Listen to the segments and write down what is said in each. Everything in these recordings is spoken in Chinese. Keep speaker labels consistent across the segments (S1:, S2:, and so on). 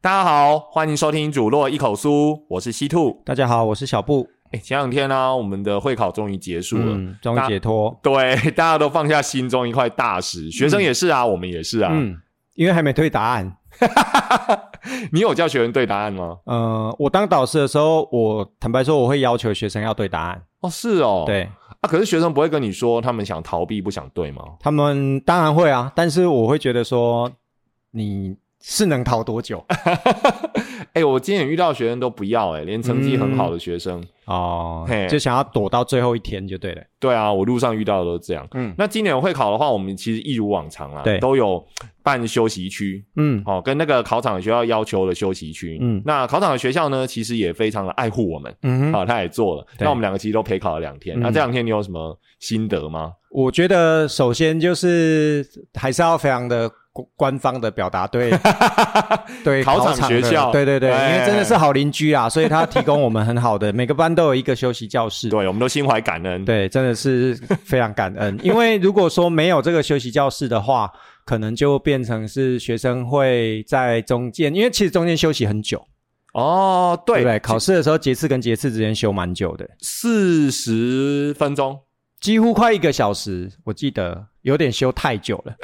S1: 大家好，欢迎收听《主落一口酥》，我是西兔。
S2: 大家好，我是小布。
S1: 哎，前两天呢、我们的会考终于结束了，
S2: 嗯，终
S1: 大
S2: 于解脱。
S1: 对，大家都放下心中一块大石，学生也是啊，我们也是啊。
S2: 嗯，因为还没对答案。
S1: 你有叫学生对答案吗？
S2: 呃，我当导师的时候，我坦白说，我会要求学生要对答案。
S1: 哦，是哦，
S2: 对
S1: 啊，可是学生不会跟你说他们想逃避不想对吗？
S2: 他们当然会啊，但是我会觉得说，你是能逃 多久？
S1: 哎、我今天也遇到学生都不要、哎，连成绩很好的学生，
S2: 哦
S1: 嘿，
S2: 就想要躲到最后一天就对了。
S1: 对啊，我路上遇到的都是这样。
S2: 嗯
S1: 那今年会考的话，我们其实一如往常啦，
S2: 对
S1: 都有办休息区，
S2: 嗯
S1: 哦，跟那个考场的学校要求的休息区。
S2: 嗯
S1: 那考场的学校呢，其实也非常的爱护我们，
S2: 嗯哼，
S1: 好、他也做了。
S2: 对
S1: 那我们两个其实都陪考了两天，那、
S2: 嗯
S1: 这两天你有什么心得吗？
S2: 我觉得首先就是还是要非常的。官方的表 达对对
S1: 考场
S2: 场的
S1: 学校
S2: 对对对，
S1: 哎
S2: 因为真的是好邻居啊，所以他提供我们很 好的，每个班都有一个休息教室。
S1: 对，我们都心怀感恩。
S2: 对，真的是非常感恩。因为如果说没有这个休息教室的话，可能就变成是学生会在中间，因为其实中间休息很久，
S1: 哦，
S2: 对
S1: 对
S2: 不对？考试的时候，节次跟节次之间休蛮久的，
S1: 四十分钟，
S2: 几乎快一个小时，我记得有点休太久了。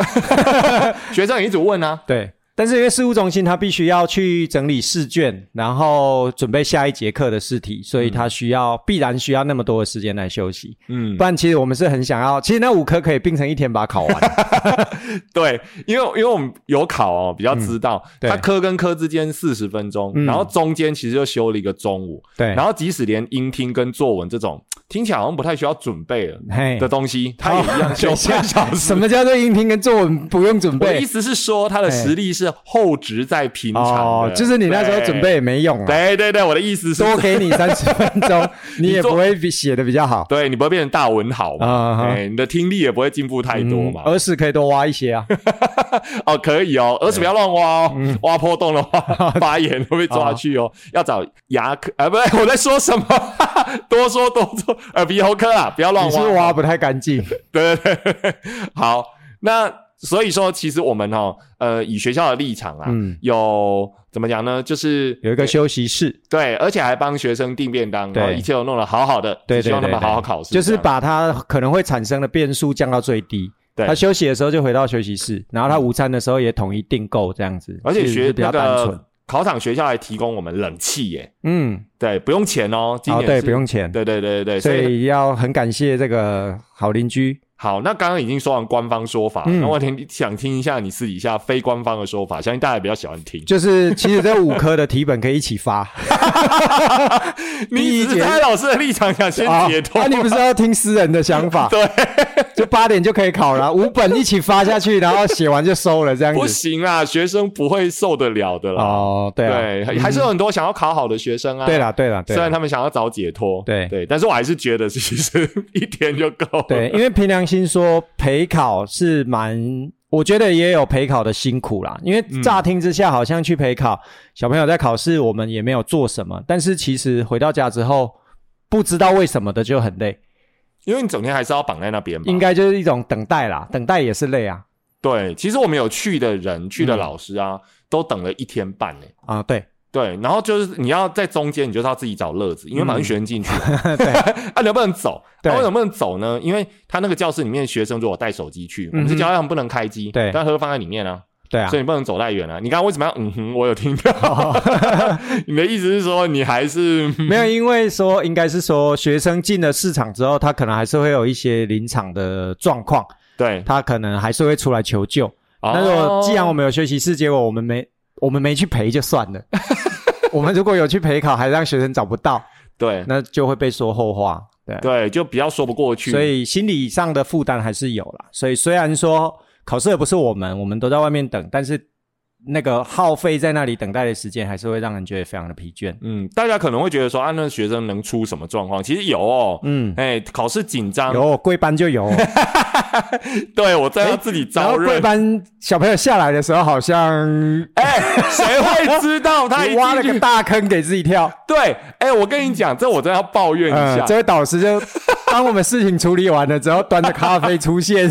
S1: 学生也一直问 啊，
S2: 对。但是因为事务中心他必须要去整理试卷，然后准备下一节课的试题，所以他需要、必然需要那么多的时间来休息。
S1: 嗯
S2: 不，然其实我们是很想要，其实那五科可以并成一天把它考完。
S1: 对，因为因为我们有考哦，比较知道，
S2: 嗯对
S1: 它科跟科之间四十分钟，
S2: 嗯
S1: 然后中间其实就休了一个中午，
S2: 对，
S1: 然后即使连音听跟作文这种听起来好像不太需要准备了
S2: 嘿
S1: 的东西，它也一样休
S2: 哦 等一
S1: 半
S2: 下
S1: 小时。
S2: 什么叫做音听跟作文不用准
S1: 我的意
S2: 备？
S1: 思是说，他的实力是厚植在平常的
S2: 哦，就是你那时候准备。也没用啊，
S1: 对对对对，我的意思是，
S2: 多给你三十分钟， 你也
S1: 做
S2: 不会比写的比较好
S1: 对你不会变成大文豪嘛？
S2: 啊哈
S1: 哎，你的听力也不会进步太多嘛？
S2: 耳嗯屎可以多挖一些啊，
S1: 哦，可以哦，耳屎不要乱挖哦，
S2: 嗯
S1: 挖破 洞的话发炎会被抓去哦。
S2: 啊
S1: 要找牙科，啊，不对，我在说什么？ 多说多错，耳鼻喉科啊，不要乱
S2: 你是
S1: 挖。
S2: 不是挖不太干净。
S1: 对对对对，好，那所以说，其实我们哦，呃，以学校的立场啊，
S2: 嗯
S1: 有怎么讲呢？就是
S2: 有一个休息室，
S1: 对，而且还帮学生订便当，
S2: 对
S1: 然后一切都弄得好好的，
S2: 对
S1: 只希
S2: 对
S1: 望他
S2: 对，
S1: 们好好
S2: 对
S1: 考试，
S2: 就是
S1: 这样
S2: 把它可能会产生的变数降到最低。
S1: 对
S2: 他休息的时候就回到休息室，然后他午餐的时候也统一订购这样子，
S1: 而且
S2: 是
S1: 学
S2: 是比较单
S1: 那
S2: 纯
S1: 个。考场学校还提供我们冷气耶，
S2: 嗯，
S1: 对，不用钱哦，今
S2: 哦
S1: 年
S2: 对，
S1: 是
S2: 不，用钱，
S1: 对对对对对，
S2: 所
S1: 所以
S2: 以要很感谢这个好 邻居。
S1: 好，那刚刚已经说完官方说法，
S2: 嗯
S1: 那我挺想听一下你私底下非官方的说法，相信大家也比较喜欢 听。
S2: 就是其实这五科的题本可以一 起发，第
S1: 你
S2: 一
S1: 只是
S2: 节
S1: 在老师的立场想先解脱，
S2: 啊啊你不是要听私人的 想法？对，就八点就可以考了，五本一起发下去，然后写完就收了，这样
S1: 不
S2: 子。
S1: 行啊，学生不会受得了的啦。
S2: 哦，对啊，
S1: 对，还还是有很多想要考好的学生啊。
S2: 对啦，对啦，对
S1: 虽然
S2: 啦，
S1: 他们想要早解脱，
S2: 对
S1: 对，但是我还是觉得其实 一天就够 了。
S2: 对，因为凭良心说，陪考是蛮。我觉得也有陪考的辛苦啦，因为乍听之下好像去陪考，小朋友在考试，我们也没有做什么，但是其实回到家之后，不知道为什么的就很累，
S1: 因为你整天还是要绑在那边嘛。
S2: 应该就是一种等待啦，等待也是累啊，
S1: 对，其实我们有去的人、去的老师
S2: 嗯
S1: 啊，都等了一天半呢。
S2: 啊，对，
S1: 对，然后就是你要在中间，你就是要自己找乐子，因为马上学生进 去， 啊，能不能走？
S2: 嗯对
S1: 啊，为什么不能走呢？因为他那个教室里面学生如果带手机去，我们是
S2: 嗯哼
S1: 教他们不能开机，
S2: 对
S1: 但喝放在里面啊，
S2: 对啊
S1: 所，以你不能走太远啊。你刚刚为什么要嗯哼？我有听到，
S2: 哦
S1: 你的意思是说你还是嗯
S2: 没有，因为说应该是说学生进了市场之后，他可能还是会有一些临场的状况，
S1: 对？哦
S2: 他可能还是会出来求救。
S1: 那
S2: 那如果既然我们有休息室，结果我们没我们没去陪就算了。我们如果有去陪考，还让学生找不到，
S1: 对
S2: 那就会被说后话。对，
S1: 对，就比较说不过去，
S2: 所以心理上的负担还是有啦。所以虽然说考试的不是我们，我们都在外面等，但是那个耗费在那里等待的时间，还是会让人觉得非常的疲倦。
S1: 嗯，大家可能会觉得说啊，那学生能出什么状况？其实有哦，
S2: 嗯，
S1: 哎、考试紧张，
S2: 有贵班就有，
S1: 对我在要自己
S2: 然
S1: 招
S2: 后贵
S1: 认。
S2: 班小朋友下来的时候，好像
S1: 哎，谁会知 道他一
S2: 你挖了
S1: 进
S2: 个
S1: 去
S2: 大坑给自己跳。
S1: 对，哎、我跟你讲，这我真的要抱怨一
S2: 嗯，
S1: 下。
S2: 这位导师就当我们事情处理完了之后，端着咖啡出 现。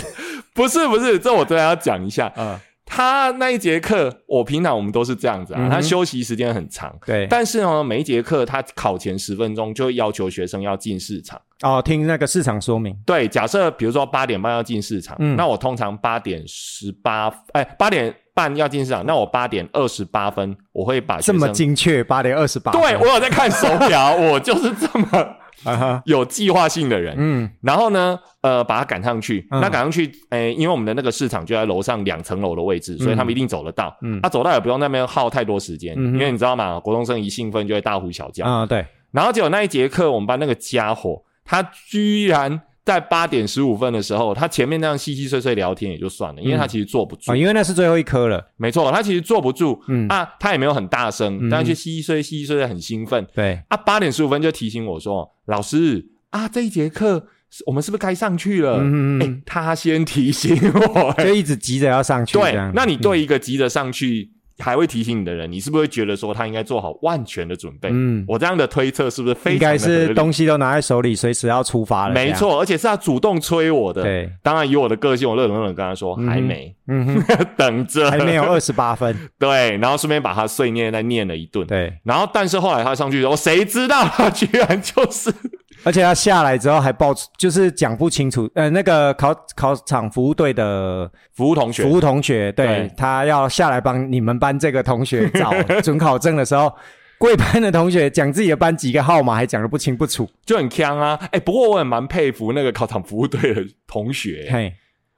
S1: 不是不是，这我真的要讲一下。
S2: 嗯，
S1: 他那一节课，我平常我们都是这样子啊，
S2: 嗯哼
S1: 他休息时间很长，
S2: 对。
S1: 但是呢，每一节课他考前十分钟就会要求学生要进市场。
S2: 哦，听那个市场说明，
S1: 对，假设比如说八点半要进市场，
S2: 嗯
S1: 那我通常八点十八，哎，八点半要进市场，那我八点二十八分我会把学
S2: 这
S1: 生
S2: 么啊精确，八点二十八。
S1: 对我有在看手表，我就是这么
S2: 啊哈，
S1: 有计划性的人。
S2: 嗯
S1: 然后呢，呃，把他赶上去。
S2: 嗯
S1: 那赶上去，诶、因为我们的那个市场就在楼上两层楼的位置，所以他们一定走得到。
S2: 嗯
S1: 他、走到也不用那边耗太多时间，
S2: 嗯哼
S1: 因为你知道嘛，国中生一兴奋就会大呼小叫。
S2: 啊，对，
S1: 然后结果那一节课，我们班那个家伙，他居然在八点十五分的时候，他前面那样稀稀碎碎聊天也就算了，因为他其实坐不住。
S2: 啊，因为那是最后一科了。
S1: 没错，他其实坐不住。
S2: 嗯，
S1: 啊，他也没有很大声，
S2: 嗯
S1: 但是却稀稀碎稀稀碎碎很兴奋。
S2: 对，
S1: 啊，八点十五分就提醒我说，老师啊，这一节课是我们是不是该上去了？
S2: 嗯嗯嗯
S1: 欸他先提醒我、欸
S2: 就一嗯直急着要上去。这
S1: 对
S2: 样，
S1: 那你对一个急着上去还会提醒你的人，你是不是会觉得说他应该做好万全的准备？
S2: 嗯，
S1: 我这样的推测是不是非
S2: 应
S1: 常
S2: 该
S1: 的合
S2: 是
S1: 理
S2: 东西都拿在手里，随时要出发了。
S1: 没
S2: 这样，
S1: 错，而且是他主动催我的。，
S2: 对，
S1: 当然以我的个性，我热冷冷地跟他说、
S2: 嗯哼
S1: 还没，
S2: 嗯哼，
S1: 等着，
S2: 还没有。二十 八分。
S1: 对，然后顺便把他碎念再念了一顿。
S2: 对，
S1: 然后，但是后来他上去之后，谁知道他 居然就是
S2: 而且他下来之后还爆出，就是讲不清楚。呃，那个考考场服务队的
S1: 服务同学
S2: 服务同学，对
S1: 对
S2: 他要下来帮你们班这个同学找 准考证的时候，贵班的同学讲自己的班几个号码，还讲得不清不 楚。
S1: 就很呛啊！哎、不过我也蛮佩服那个考场服务队的同学、
S2: 嘿，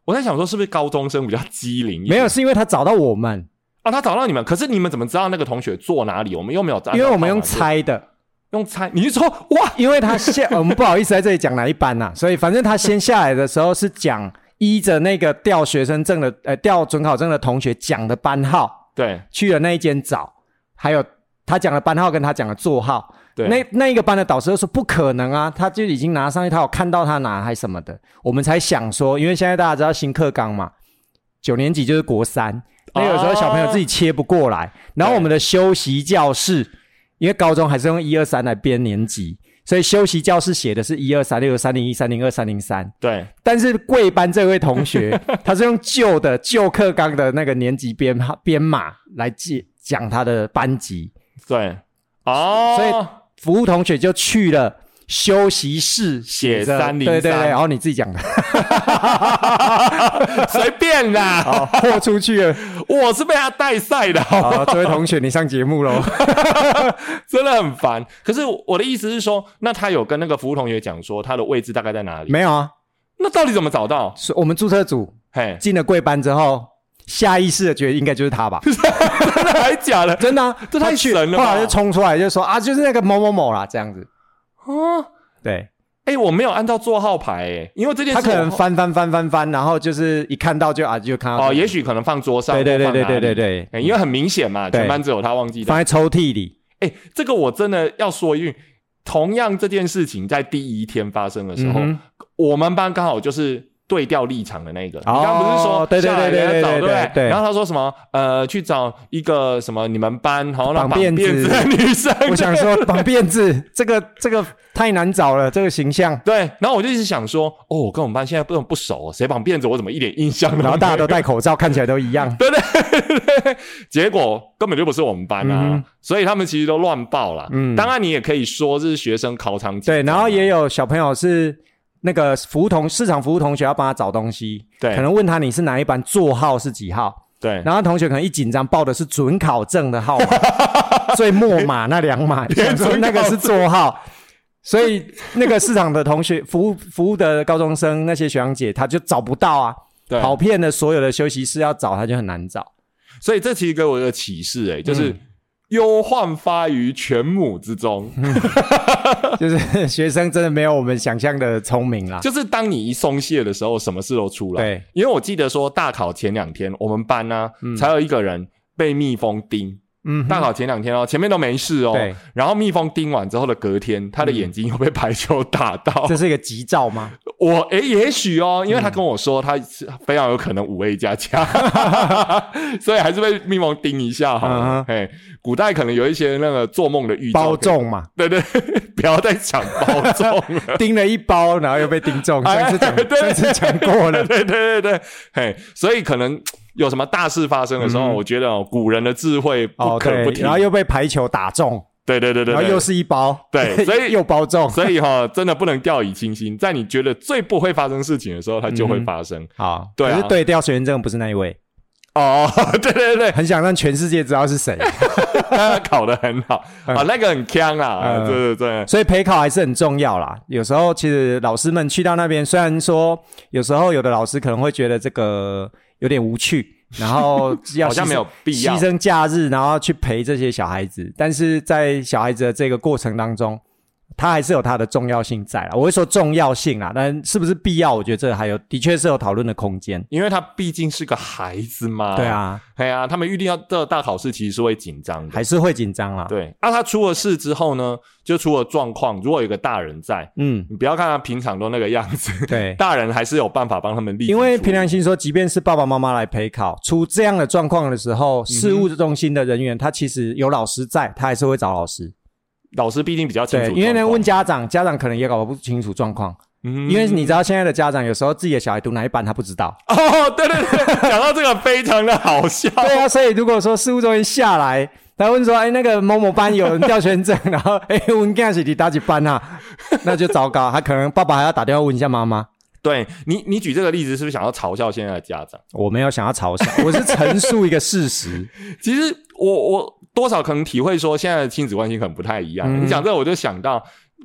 S1: 我在想说，是不是高中生比较机灵一点？
S2: 没有，是因为他找到我们，
S1: 啊，他找到你们，可是你们怎么知道那个同学坐哪里？我们又没有，
S2: 因为我们用，猜的。
S1: 用猜。你是说哇？
S2: 因为 他先，我们不好意思在这里讲哪一班呐、所以反正他先下来的时候是讲依着那个调学生证的，呃，调准考证的同学讲的班号
S1: 对
S2: 去了那一间找，还有他讲的班号跟他讲的座号，
S1: 对，
S2: 那那一个班的导师就说不可能啊，他就已经拿上去，他有看到他拿还什么的，我们才想说，因为现在大家知道新课纲嘛，九年级就是国三，那有时候小朋友自己切不过来，然后我们的休息教室，因为高中还是用一二三来编年级，所以休息教室写的是一二三六三零一三零二三零三，
S1: 对
S2: 但是贵班这位同学他是用旧的旧课纲的那个年级编号编码来记讲他的班级，
S1: 对哦，
S2: 所以服务同学就去了休息室
S1: 写
S2: 着
S1: 303
S2: 对对对，然后你自己讲的，
S1: 随便啦，
S2: 哦，豁出去了。
S1: 我是被他带赛的，好
S2: 好，这位同学，你上节目喽。
S1: 真的很烦。可是我的意思是说，那他有跟那个服务同学讲说他的位置大概在哪里？
S2: 没有啊，
S1: 那到底怎么找到？
S2: 是我们注册组
S1: 嘿，
S2: 进了贵班之后，下意识的觉得应该就是他吧，
S1: 真的还假 的？
S2: 真的、啊，
S1: 这太
S2: 他去
S1: 神了吧
S2: 后来就冲出来就说啊，就是那个某某某啦，这样子。
S1: 哦，
S2: 对
S1: 哎、我没有按照座号排、欸，因为这件事
S2: 他可能
S1: 我
S2: 翻翻翻翻翻，然后就是一看到就啊就看到
S1: 哦，也许可能放桌上，
S2: 对对对
S1: 或放
S2: 对
S1: 哪里
S2: 对对对，
S1: 欸因为很明显嘛，
S2: 对
S1: 全班只有他忘记
S2: 放
S1: 带。
S2: 在抽屉里。
S1: 哎、这个我真的要说一句，同样这件事情在第一天发生的时候，
S2: 嗯
S1: 我们班刚好就是。对调立场的那个，你
S2: 哦
S1: 刚刚不是说
S2: 对对
S1: 下来
S2: 对对
S1: 人家
S2: 对
S1: 找
S2: 对
S1: 对不
S2: 对对
S1: 然后他说什么呃，去找一个什么你们班好像
S2: 绑辫
S1: 辫
S2: 子
S1: 子的女生，
S2: 我想说绑辫子，这个这个太难找了，这个形象。
S1: 对，然后我就一直想说，哦，我跟我们班现在不不熟，哦谁绑辫子，我怎么一点印象都没有？
S2: 然后大家 都戴口罩，看起来都一
S1: 嗯
S2: 样。
S1: 结果根本就不是我们班啊，
S2: 嗯
S1: 所以他们其实都乱报啦。
S2: 嗯
S1: 当然你也可以说这是学生考场紧张啊
S2: 对，然后也有小朋友是那个服务同市场服务同学要帮他找东西，
S1: 对
S2: 可能问他你是哪一班，座号是几号，
S1: 对，
S2: 然后同学可能一紧张报的是准考证的号码，最末码那两 码，想说那个是座号。所以那个市场的同学，服务服务的高中生那些学长姐，他就找不到啊，
S1: 对
S2: 跑遍了所有的休息室要找，他就很难找。
S1: 所以这其实给我一个启示、
S2: 嗯
S1: 欸，哎，就是。忧患发于犬母之中，
S2: 嗯就是 学生真的没有我们想象的聪明啦。
S1: 就是当你一松懈的时候，什么事都出来。
S2: 对，
S1: 啊因为我记得说大考前两天，我们班呢、才有一个人被蜜蜂叮，
S2: 嗯
S1: 大
S2: 哼，
S1: 考前两天哦，前面都没事哦
S2: 对，嗯
S1: 然后蜜蜂叮完之后的隔天，他的眼睛又被排球打到，
S2: 这是一个急兆吗？
S1: 我诶、也许哦，因为他跟我说他是非常有可能五 A 加 加，所以还是被蜜蜂叮一下好了。
S2: 嗯哼
S1: 嘿，古代可能有一些那个做梦的预兆
S2: 包，中嘛，
S1: 对 对，不要再讲包中 了。
S2: 叮了一包，然后又被叮中。
S1: 哎
S2: 上次讲，
S1: 对
S2: 上次讲过
S1: 对
S2: 了。
S1: 对对对对，嘿，所以可能有什么大事发生的时候，我觉得、哦、古人的智慧不
S2: 嗯哦，
S1: 可
S2: 对
S1: 不，提。
S2: 然后又被排球打中，
S1: 对对对对
S2: 然后
S1: 对
S2: 又是一包，
S1: 对所以
S2: 又包中。
S1: 所以哈、真的不能掉以轻心，在你觉得最不会发生事情的时候，它就会
S2: 嗯
S1: 发生。
S2: 好，
S1: 对啊
S2: 可是对调水员证不是那一位，
S1: 哦， 对对 对，
S2: 很想让全世界知道是谁，
S1: 他考得很好啊，那个很强啦，
S2: 嗯
S1: 对对对，
S2: 所以陪考还是很重要啦。有时候其实老师们去到那边，虽然说有时候有的老师可能会觉得这个有点 无趣。然后要
S1: 好像
S2: 牺牲
S1: 没有必要
S2: 牺牲假日，然后去陪这些小孩子，但是在小孩子的这个过程当中，它还是有它的重要性在啦。我会说重要性啦，但是不是必要，我觉得这还有的确是有讨论的空间。
S1: 因为他毕竟是个孩子嘛，
S2: 对，啊，
S1: 哎呀，他们预定要的大考试其实是会紧张的，
S2: 还是会紧张啦。
S1: 对。啊那他出了事之后呢，就出了状况，如果有个大人在，
S2: 嗯，
S1: 你不要看他平常都那个样子，，
S2: 对
S1: 大人还是有办法帮他们立，
S2: 因为凭良心说，即便是爸爸妈妈来陪考，出这样的状况的时候，
S1: 嗯
S2: 事务中心的人员他其实有老师在，他还是会找老师。
S1: 老师毕竟比较清楚
S2: 对，
S1: 状况，
S2: 因为呢问家长，家长可能也搞不清楚状况，
S1: 嗯，
S2: 因为你知道现在的家长有时候自己的小孩读哪一班他不知道。
S1: 哦，对对对， 讲到这个非常的好笑，
S2: 对啊，所以如果说事务中心下来。他问说：“哎，那个某某班有人调全证，然后 哎，我们干是你打几 班啊？那就糟糕，他可能爸爸还要打电话问一下妈妈。
S1: 对你你举这个例子是不是想要嘲笑现在的家长？
S2: 我没有想要嘲笑，我是陈述一个 事实。
S1: 其实我我多少可能体会说，现在的亲子关系可能不太一样。
S2: 嗯
S1: 你讲这，我就想到，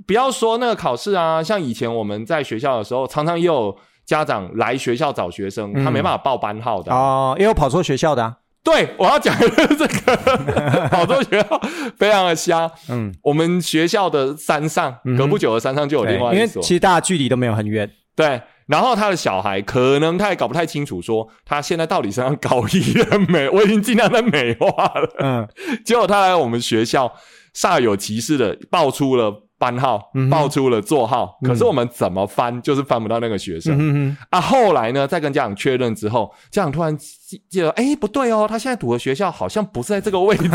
S1: 不要说那个考试啊，像以前我们在学校的时候，常常也有家长来学校找学生，他没办法报班号的啊。
S2: 嗯哦，也有跑错学校的、啊，
S1: 对，我要讲的就是这 个，好多学校非常的瞎。
S2: 嗯，
S1: 我们学校的山上，
S2: 嗯哼
S1: 隔不久的山上就有
S2: 对，
S1: 另外
S2: 因为
S1: 一所，
S2: 其实大家距离都没有 很远，
S1: 对。然后他的小孩可能他也搞不太清楚，说他现在到底身上高一了没？我已经尽量在美化了。
S2: 嗯，
S1: 结果他来我们学校，煞有其事的报出了班号，
S2: 嗯哼
S1: 报出了座号，
S2: 嗯
S1: 可是我们怎么翻就是翻不到那个学生、
S2: 嗯
S1: 啊。后来呢，在跟家长确认之后，家长突然记记得，哎，不对哦，他现在读的学校好像不是在这个位 置，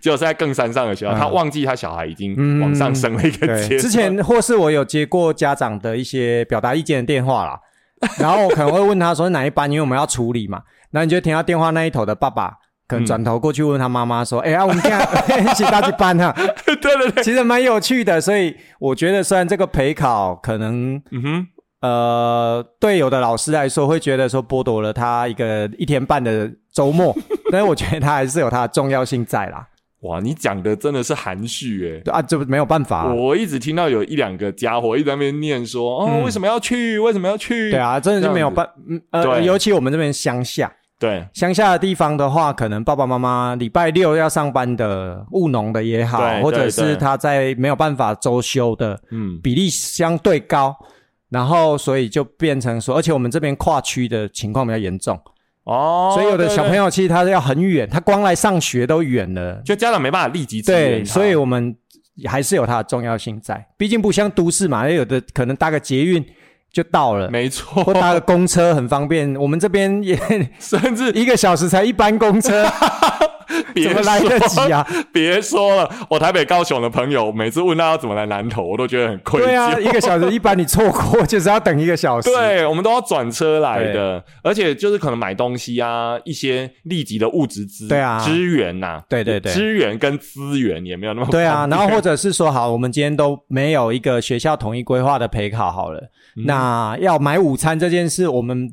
S1: 结果是在更山上的学校，
S2: 嗯
S1: 他忘记他小孩已经往上升了一个阶
S2: 对，
S1: 段。
S2: 之前或是我有接过家长的一些表达意见的电话啦， 然后我可能会问他说哪一班，因为我们要处理嘛，然后你就听到电话那一头的爸爸。
S1: 嗯
S2: 可能转头过去问他妈妈说：“哎、呀、啊，我们看 一起大去班哈、啊，
S1: 对 对对，
S2: 其实蛮有趣的。所以我觉得，虽然这个陪考可能
S1: 嗯哼，
S2: 呃，对有的老师来说会觉得说剥夺了他一个一天半的周 末，但是我觉得他还是有他的重要性在啦。
S1: 哇，你讲的真的是含蓄诶、
S2: 对啊，这没有办法、啊。
S1: 我一直听到有一两个家伙一直在那边念说，哦，
S2: 嗯
S1: 为什么要去？为什么要去？
S2: 对，啊，真的是没有办，嗯呃，
S1: 对
S2: 尤其我们这边乡下，
S1: 对，
S2: 乡下的地方的话，可能爸爸妈妈礼拜六要上班的务农的也好
S1: 对，
S2: 或者
S1: 对对
S2: 是他在没有办法周休的
S1: 嗯，
S2: 比例相对高，然后所以就变成说，而且我们这边跨区的情况比较严重，
S1: 哦，
S2: 所以有的小朋
S1: 友
S2: 友其实他要很远，他光来上学都远了。
S1: 就家长没办法立即支援
S2: 对，
S1: 他
S2: 所以我们还是有它的重要性在，毕竟不像都市嘛，有的可能搭个捷运就到了。
S1: 没
S2: 或
S1: 错，
S2: 搭个公车很方便，我们这边也
S1: 甚至
S2: 一个小时才一班公 车，
S1: 别
S2: 怎么来得及
S1: 说
S2: 啊？
S1: 别说了，我台北高雄的朋友，每次问他要怎么来南投，我都觉得很愧疚。
S2: 对 啊，一个小时一班你错过就是要等一个小时。
S1: 对我们都要转车来的，而且就是可能买东西啊，一些立即的物质资
S2: 对啊
S1: 资源呐、
S2: 对对对
S1: 资源跟资源也没有那么
S2: 对啊，
S1: 方便
S2: 然后或者是说好，我们今天都没有一个学校统一规划的陪考好了，
S1: 嗯
S2: 那要买午餐这件事，我们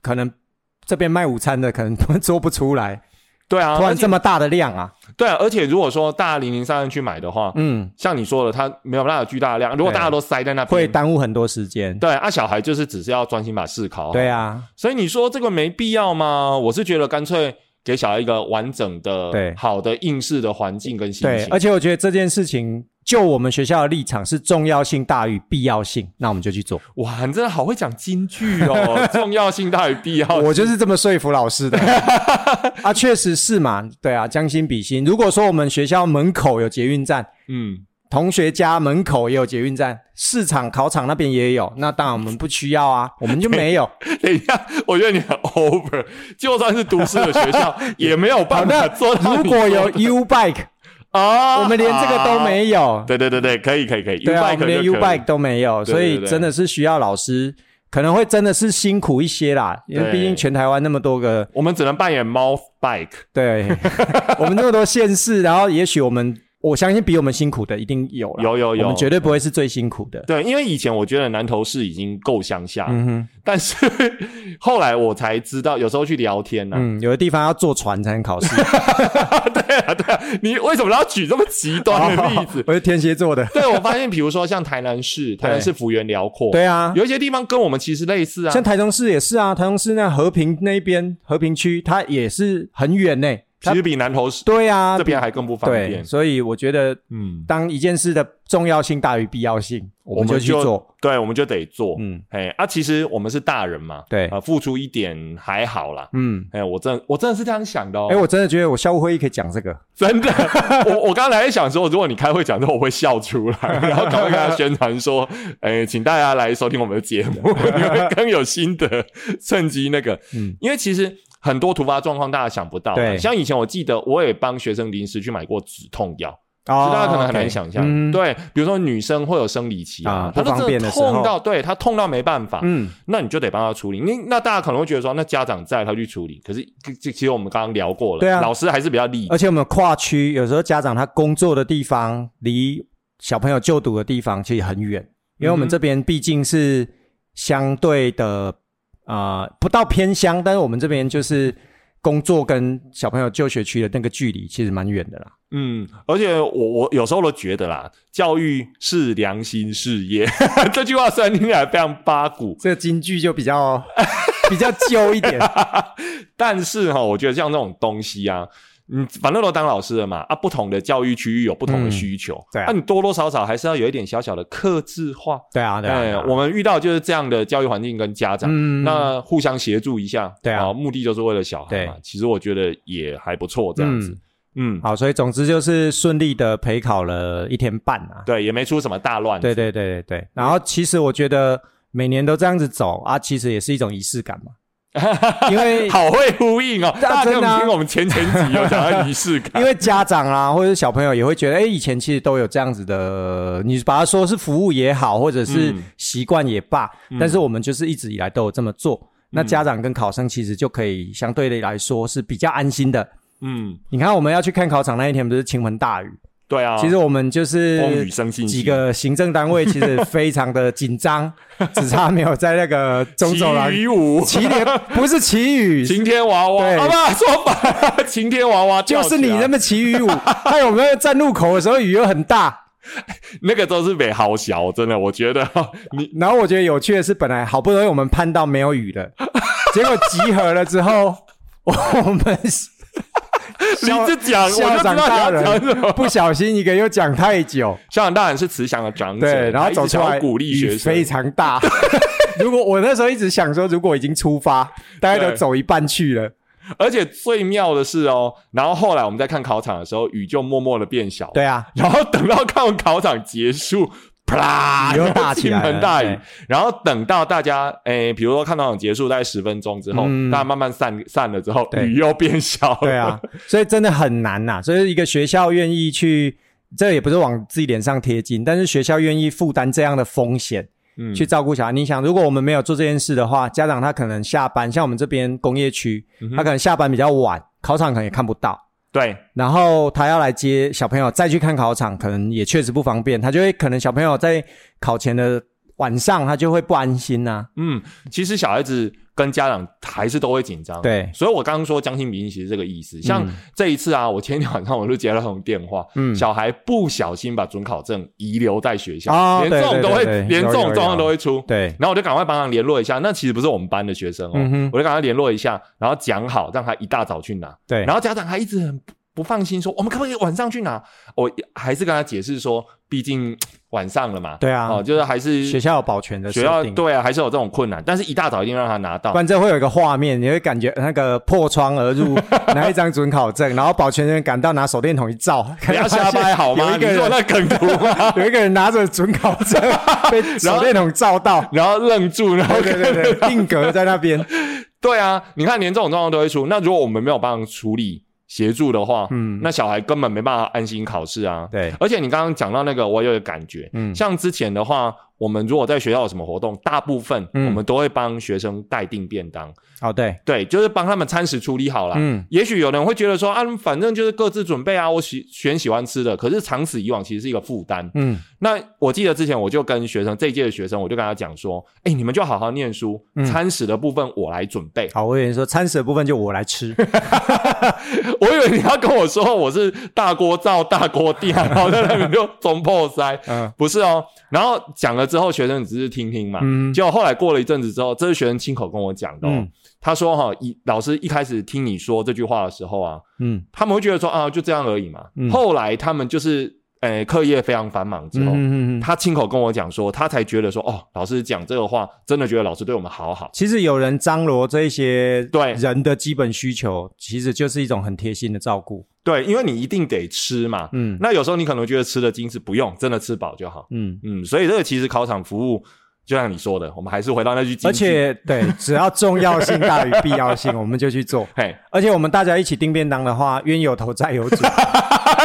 S2: 可能这边卖午餐的可能 他们做不出来，
S1: 对啊，
S2: 突
S1: 而
S2: 然
S1: 且
S2: 这么大的量啊，
S1: 对啊，而且如果说大家零零散散去买的话，
S2: 嗯，
S1: 像你说的，他没有办法巨大的量，如果
S2: 对
S1: 大家都塞在那边，
S2: 会耽误很多时间。
S1: 对啊，小孩就是只是要专心把试考好。
S2: 对啊，
S1: 所以你说这个没必要吗？我是觉得干脆给小孩一个完整的、
S2: 对
S1: 好的应试的环境跟心
S2: 对，
S1: 情
S2: 而。且我觉得这件事情就我们学校的立场是重要性大于必要性，那我们就去做。
S1: 哇，你真的好会讲金句 哦，重要性大于必要性。
S2: 我就是这么说服老 师的啊，确实是嘛，对啊，将心比心。如果说我们学校门口有捷运站，
S1: 嗯，
S2: 同学家门口也有捷运站，市场、考场那边也有，那当然我们不需要啊，我们就没 有。
S1: 等一下，我觉得你很 over，就算是都市的学 校也没有
S2: 好
S1: 办法
S2: 那
S1: 做到
S2: 如
S1: 你
S2: 果
S1: 说
S2: 有
S1: 的
S2: U Bike，
S1: 啊，
S2: 我们连这个都没有。
S1: 对对对对，可以可以可以，
S2: 对
S1: U
S2: 啊，
S1: bike
S2: 我们连 U
S1: 就可以
S2: Bike 都没有，
S1: 对
S2: 所
S1: 对
S2: 以
S1: 对
S2: 真的是需要老师，可能会真的是辛苦一些啦，因为
S1: 对
S2: 毕竟全台湾那么多个，
S1: 我们只能扮演猫 bike。
S2: 对 我们那么多县市，然后也许我们，我相信比我们辛苦的一定有啦，
S1: 有有有
S2: 我们绝对不会是最辛苦的。
S1: 对，因为以前我觉得南投市已经够乡下了，
S2: 嗯哼，
S1: 但是 后来我才知道，有时候去聊天啊呢、
S2: 嗯，有的地方要坐船才能考试，
S1: 对啊对啊，你为什么要举这么极端的例子
S2: ？我是天蝎座的，
S1: 对，我发现，比如说像台南市，台南市幅员辽阔，、
S2: 对啊，
S1: 有一些地方跟我们其实类似啊。
S2: 像台中市也是啊，台中市那和平那边和平区，它也是很远呢、
S1: 其
S2: 它
S1: 实比南投市
S2: 对啊，
S1: 这边还更不方
S2: 对，
S1: 便。
S2: 所以我觉得
S1: 嗯，
S2: 当一件事的重要性大于必要性，我们就去做。
S1: 对，我们就得做。嗯，
S2: 嗯
S1: 哎，啊，其实我们是大人嘛，
S2: 对
S1: 啊、付出一点还好啦。
S2: 嗯，
S1: 哎，我真我真的是这样想的哦。
S2: 哎，我真的觉得我校务会议可以讲这个，
S1: 真的， 我我刚才在想说，如果你开会讲这，我会笑出 来，然后赶快跟他宣传说，哎、请大家来收听我们的节 目，你会更有心得，趁机那个，
S2: 嗯
S1: 因为其实很多突发状况大家想不到的，
S2: 对
S1: 像以前我记得我也帮学生临时去买过止痛药，
S2: 哦
S1: 就大家可能很难想象，
S2: 嗯
S1: 对，比如说女生会有生理期
S2: 啊
S1: 她
S2: 不
S1: 都
S2: 方
S1: 真
S2: 便
S1: 的
S2: 的时候
S1: 痛到，对她痛到没办法，
S2: 嗯，
S1: 那你就得帮他处理。你那大家可能会觉得说，那家长在他去处理，可是这这其实我们刚刚聊过了，
S2: 对啊
S1: 老师还是比较利。
S2: 而且我们跨区，有时候家长他工作的地方离小朋友就读的地方其实很远，因为
S1: 嗯
S2: 我
S1: 哼
S2: 们这边毕竟是相对的啊、呃不到偏乡，但是我们这边就是工作跟小朋友就学区的那个距离其实蛮远 的啦。
S1: 嗯，而且我我有时候都觉得啦，教育是良心事业， 这句话虽然听起来非常八股，
S2: 这个京剧就比较 比较旧一点，
S1: 但是哈、我觉得像这种东西啊，嗯，反正都当老师了嘛，啊，不同的教育区域有不同的需求，
S2: 对啊
S1: 那、你多多少少还是要有一点小小的克制化。哎
S2: 对啊，对啊，对啊
S1: 我们遇到就是这样的教育环境跟家长，
S2: 嗯
S1: 那互相协助一下，哦
S2: 对啊
S1: 目的就是为了小孩嘛
S2: 对。
S1: 其实我觉得也还不错，这样子，嗯，
S2: 好，所以总之就是顺利的陪考了一天半啊。
S1: 对，也没出什么大乱子，
S2: 对对对对对。然后其实我觉得每年都这样子走啊，其实也是一种仪式感 嘛，因为
S1: 好会呼应哦！大
S2: 啊
S1: 家有
S2: 真的啊
S1: 听我们前前集有讲到仪式感，
S2: 因为家长啊或者是小朋友也会觉得，哎，以前其实都有这样子的，你把它说是服务也好，或者是
S1: 嗯
S2: 习惯也罢，但是我们就是一直以来都有这么做。
S1: 嗯
S2: 那家长跟考生其实就可以相对的来说是比较安心的。
S1: 嗯，
S2: 你看，我们要去看考场那一天，不是倾盆大雨，
S1: 对啊，
S2: 其实我们就是
S1: 风雨生信息
S2: 几个行政单位其实非常的紧 张，只差没有在那个中走廊
S1: 晴雨舞、
S2: 祁连，不是祈雨，
S1: 晴天娃娃，
S2: 对
S1: 好吧， 说反了，晴天娃娃
S2: 就
S1: 吊起
S2: 是
S1: 来
S2: 你那么祈雨舞，还有我们站路口的时候雨又很大。
S1: 那个都是被好小，真的，我觉得 哈你
S2: 然后我觉得有趣的是，本来好不容易我们盼到没有雨了，结果集合了之后， 我们
S1: 你这啊讲，我就知
S2: 校
S1: 道
S2: 长
S1: 你
S2: 大
S1: 要讲什
S2: 人
S1: 么。
S2: 不小心一个又讲太久，
S1: 校长大人是慈祥的长者，
S2: 对，然
S1: 他
S2: 后
S1: 一直
S2: 走出
S1: 想要
S2: 来
S1: 鼓励学
S2: 雨非
S1: 生，
S2: 常 大。如果我那时候一直想说，如果已经出发，大概
S1: 对
S2: 都走一半去了。
S1: 而且最妙的是哦，然后后来我们在看考场的时候，雨就默默的变小，
S2: 对啊，
S1: 然后等到看完考场结束，啪，
S2: 雨又大起来了
S1: 倾盆大雨
S2: 对。
S1: 然后等到大家，诶，比如说看考场结束大概十分钟之后，
S2: 嗯
S1: 大家慢慢散散了之后，
S2: 对
S1: 雨又变小了。
S2: 对啊，所以真的很难呐、所以一个学校愿意去，这也不是往自己脸上贴金，但是学校愿意负担这样的风险。
S1: 嗯，
S2: 去照顾小孩。你想，如果我们没有做这件事的话，家长他可能下班，像我们这边工业区，
S1: 嗯
S2: 他可能下班比较晚，考场可能也看不到，
S1: 对，
S2: 然后他要来接小朋友再去看考场，可能也确实不方便，他就会可能小朋友在考前的晚上，他就会不安心啊呐、
S1: 嗯，其实小孩子跟家长还是都会紧张。。
S2: 对，
S1: 所以，我刚刚说将心比心，其实这个意思。像这一次啊，我前天晚上我就接到那种电话，
S2: 嗯
S1: 小孩不小心把准考证遗留在学校，
S2: 哦
S1: 连这种
S2: 对对
S1: 都会，
S2: 对对
S1: 连这
S2: 有
S1: 种
S2: 有
S1: 状况
S2: 有
S1: 都会出。
S2: 对，
S1: 然后我就赶快帮他联络一下，那其实不是我们班的学生哦，
S2: 嗯哼
S1: 我就赶快联络一下，然后讲好让他一大早去拿。
S2: 对
S1: 然后家长还一直很不放心说我们可不可以晚上去拿？我还是跟他解释说，毕竟晚上了嘛，
S2: 对啊
S1: 哦，就是还是
S2: 学校有保全的
S1: 学
S2: 设
S1: 校
S2: 定，
S1: 对啊，还是有这种困难，但是一大早一定让他拿到
S2: 不。然这会有一个画面，你会感觉那个破窗而入， 拿一张准考证，然后保全人赶到拿手电筒一照，
S1: 不
S2: 不
S1: 要瞎掰好吗？
S2: 有一个
S1: 你做
S2: 人
S1: 那梗图 吗？
S2: 有一个人拿着准考证被 手电筒照到，
S1: 然后愣住，然后
S2: 对对对 对，定格在 那边，
S1: 对啊，你看连这种状况都会出，那如果我们没有帮忙处理协助的话，
S2: 嗯
S1: 那小孩根本没办法安心考试啊。
S2: 对，
S1: 而且你刚刚讲到那个，我有一个感觉，
S2: 嗯
S1: 像之前的话，我们如果在学校有什么活动，大部分我
S2: 嗯
S1: 们都会帮学生带订便当，
S2: 哦对，
S1: 对，就是帮他们餐食处理好了。
S2: 嗯
S1: 也许有人会觉得说啊，反正就是各自准备啊，我喜选喜欢吃的。可是长此以往，其实是一个负担。
S2: 嗯
S1: 那我记得之前我就跟学生这一届的学生，我就跟他讲说，哎、你们就好好念书，
S2: 嗯
S1: 餐食的部分我来准备。
S2: 好，我以为你说餐食的部分就我 来吃，
S1: 我以为你要跟我说我是大锅灶、大锅地，然后在那边就中破塞，
S2: 嗯
S1: 不是哦。然后讲了之后，学生只是听听嘛。
S2: 嗯
S1: 结果后来过了一阵子之后，这是学生亲口跟我讲的、哦，
S2: 嗯
S1: 他说哈、一老师一开始听你说这句话的时候啊，
S2: 嗯
S1: 他们会觉得说啊就这样而已嘛。
S2: 嗯
S1: 后来他们就是呃课业非常繁忙之
S2: 嗯
S1: 后，
S2: 嗯嗯，
S1: 他亲口跟我讲说，他才觉得说哦，老师讲这个话，真的觉得老师对我们好好。
S2: 其实有人张罗这一些
S1: 对
S2: 人的基本需求，其实就是一种很贴心的照顾，
S1: 对，因为你一定得吃嘛。
S2: 嗯
S1: 那有时候你可能觉得吃的精致，不用，真的吃饱就好。
S2: 嗯。
S1: 嗯，所以这个其实考场服务，就像你说的，我们还是回到那句金句，
S2: 而且对，只要重要性大于必要性，我们就去 做。
S1: 嘿，
S2: 而且我们大家一起订便当的话， 冤有头债有主。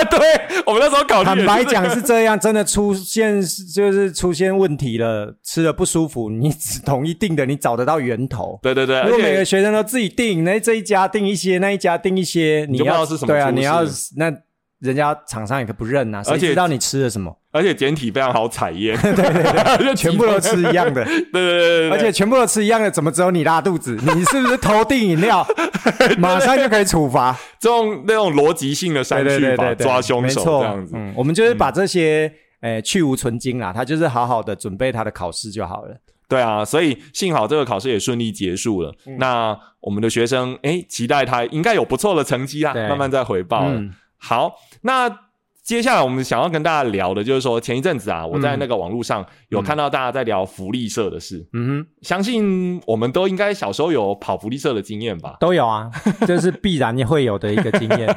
S1: 对我们那时候考虑也
S2: 坦
S1: 是
S2: 白讲是这样，真的出现就是出现问题了，吃了不舒服，你只统一定的，你找得到源头。
S1: 对对对，
S2: 如
S1: 而
S2: 果每个
S1: 且
S2: 学生都自己定，那这一家定一些，那一家定一些，你
S1: 就不知
S2: 要
S1: 道是什么
S2: 对啊，
S1: 出
S2: 你要
S1: 事
S2: 那人家厂商也可不认啊，
S1: 而
S2: 谁
S1: 且
S2: 知道你吃 了什么？
S1: 而且简体非常好采验， 对对对，就
S2: 全部都吃一样的，
S1: 对，对对 对对，
S2: 而且全部都吃一样的，怎么只有你拉肚子？你是不是偷订饮 料？ 马上就可以处罚。
S1: 这种那种逻辑性的
S2: 对
S1: 删
S2: 对
S1: 去
S2: 对
S1: 法
S2: 对对，
S1: 抓凶
S2: 没
S1: 手
S2: 错
S1: 这样子，
S2: 嗯，我们就是把这些呃去无存精啦，他就是好好的准备他的考试就好了。
S1: 对啊，所以幸好这个考试也顺利结束了。
S2: 嗯
S1: 那我们的学生，哎，期待他应该有不错的成绩啦，
S2: 对
S1: 慢慢再回报了。
S2: 嗯
S1: 好，那。接下来我们想要跟大家聊的就是说，前一阵子啊，我在那个网络上有看到大家在聊福利社的事，
S2: 嗯哼，
S1: 相信我们都应该小时候有跑福利社的经验吧？
S2: 都有啊，这是必然会有的一个经 验。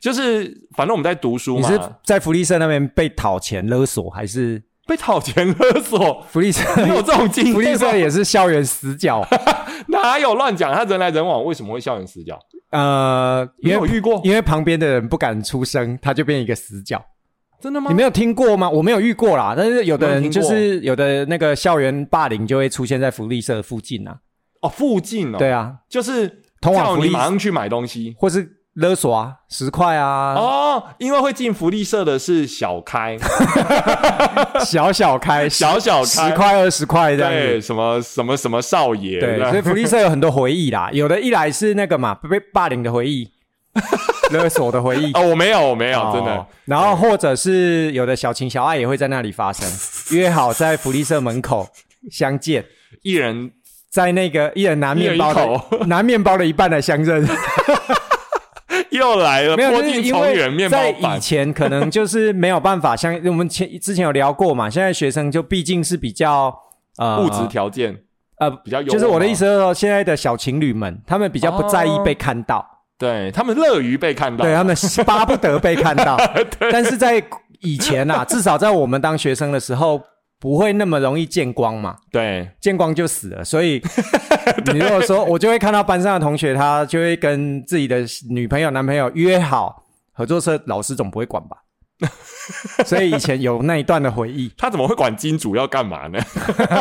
S1: 就是反正我们在读书
S2: 你
S1: 嘛，
S2: 是在福利社那边被讨钱勒索，还是
S1: 被讨钱勒索，
S2: 福利社？
S1: 你有这种经验吗？啊
S2: 福利社也是校园死 角，
S1: 哪有乱讲？他人来人往，为什么会校园死角？
S2: 呃，
S1: 你
S2: 因
S1: 有
S2: 为
S1: 遇过？
S2: 因为旁边的人不敢出声，他就变一个死角。
S1: 真的吗
S2: 你？没有听过吗？我没有遇过啦，但是有的
S1: 没有
S2: 人
S1: 听
S2: 就
S1: 过
S2: 是有的那个校园霸凌就会出现在福利社附近啊。
S1: 哦，附近哦，
S2: 对啊，
S1: 就是
S2: 通往
S1: 叫
S2: 福
S1: 你
S2: 利
S1: 马上去买东西
S2: 或是勒索啊，十块啊，
S1: 哦，因为会进福利社的是小开，
S2: 小小开，
S1: 小 小
S2: 十
S1: 开，
S2: 块二十块这样
S1: 对，
S2: 子。
S1: 什么什么什么少爷，
S2: 对，
S1: 这样
S2: 所以福利社有很多回忆啦，有的一来是那个嘛被霸凌的 回忆，勒索的回忆。
S1: 哦，我没有，我没有，真
S2: 哦
S1: 的，
S2: 然后或者是有的小情小爱也会在那里 发生，约好在福利社门口相见，
S1: 一人
S2: 在那个一人拿面包
S1: 一人一
S2: 的 拿面包的一半来 相认，
S1: 又来了，
S2: 没有，
S1: 破
S2: 就是
S1: 镜
S2: 因
S1: 重
S2: 为
S1: 圆面包
S2: 在
S1: 版
S2: 以，前可能就是没有办法像我们前之前有聊过嘛，现在学生就毕竟是比较呃
S1: 物质条件
S2: 呃
S1: 比较优渥嘛，
S2: 就是我的意思是说，现在的小情侣们，他们比较不在
S1: 哦
S2: 意被看到，
S1: 对他们乐于被看到，
S2: 对他啊 们巴不得被看 到。但是在以前 啊，至少在我们当学生的时候，不会那么容易见光嘛，
S1: 对
S2: 见光就死了。所以 你如果说，我就会看到班上的同学，他就会跟自己的女朋友、男朋友约好合作社，老师总不会管 吧？所以以前有那一段的回忆，
S1: 他怎么会管金主要干嘛呢？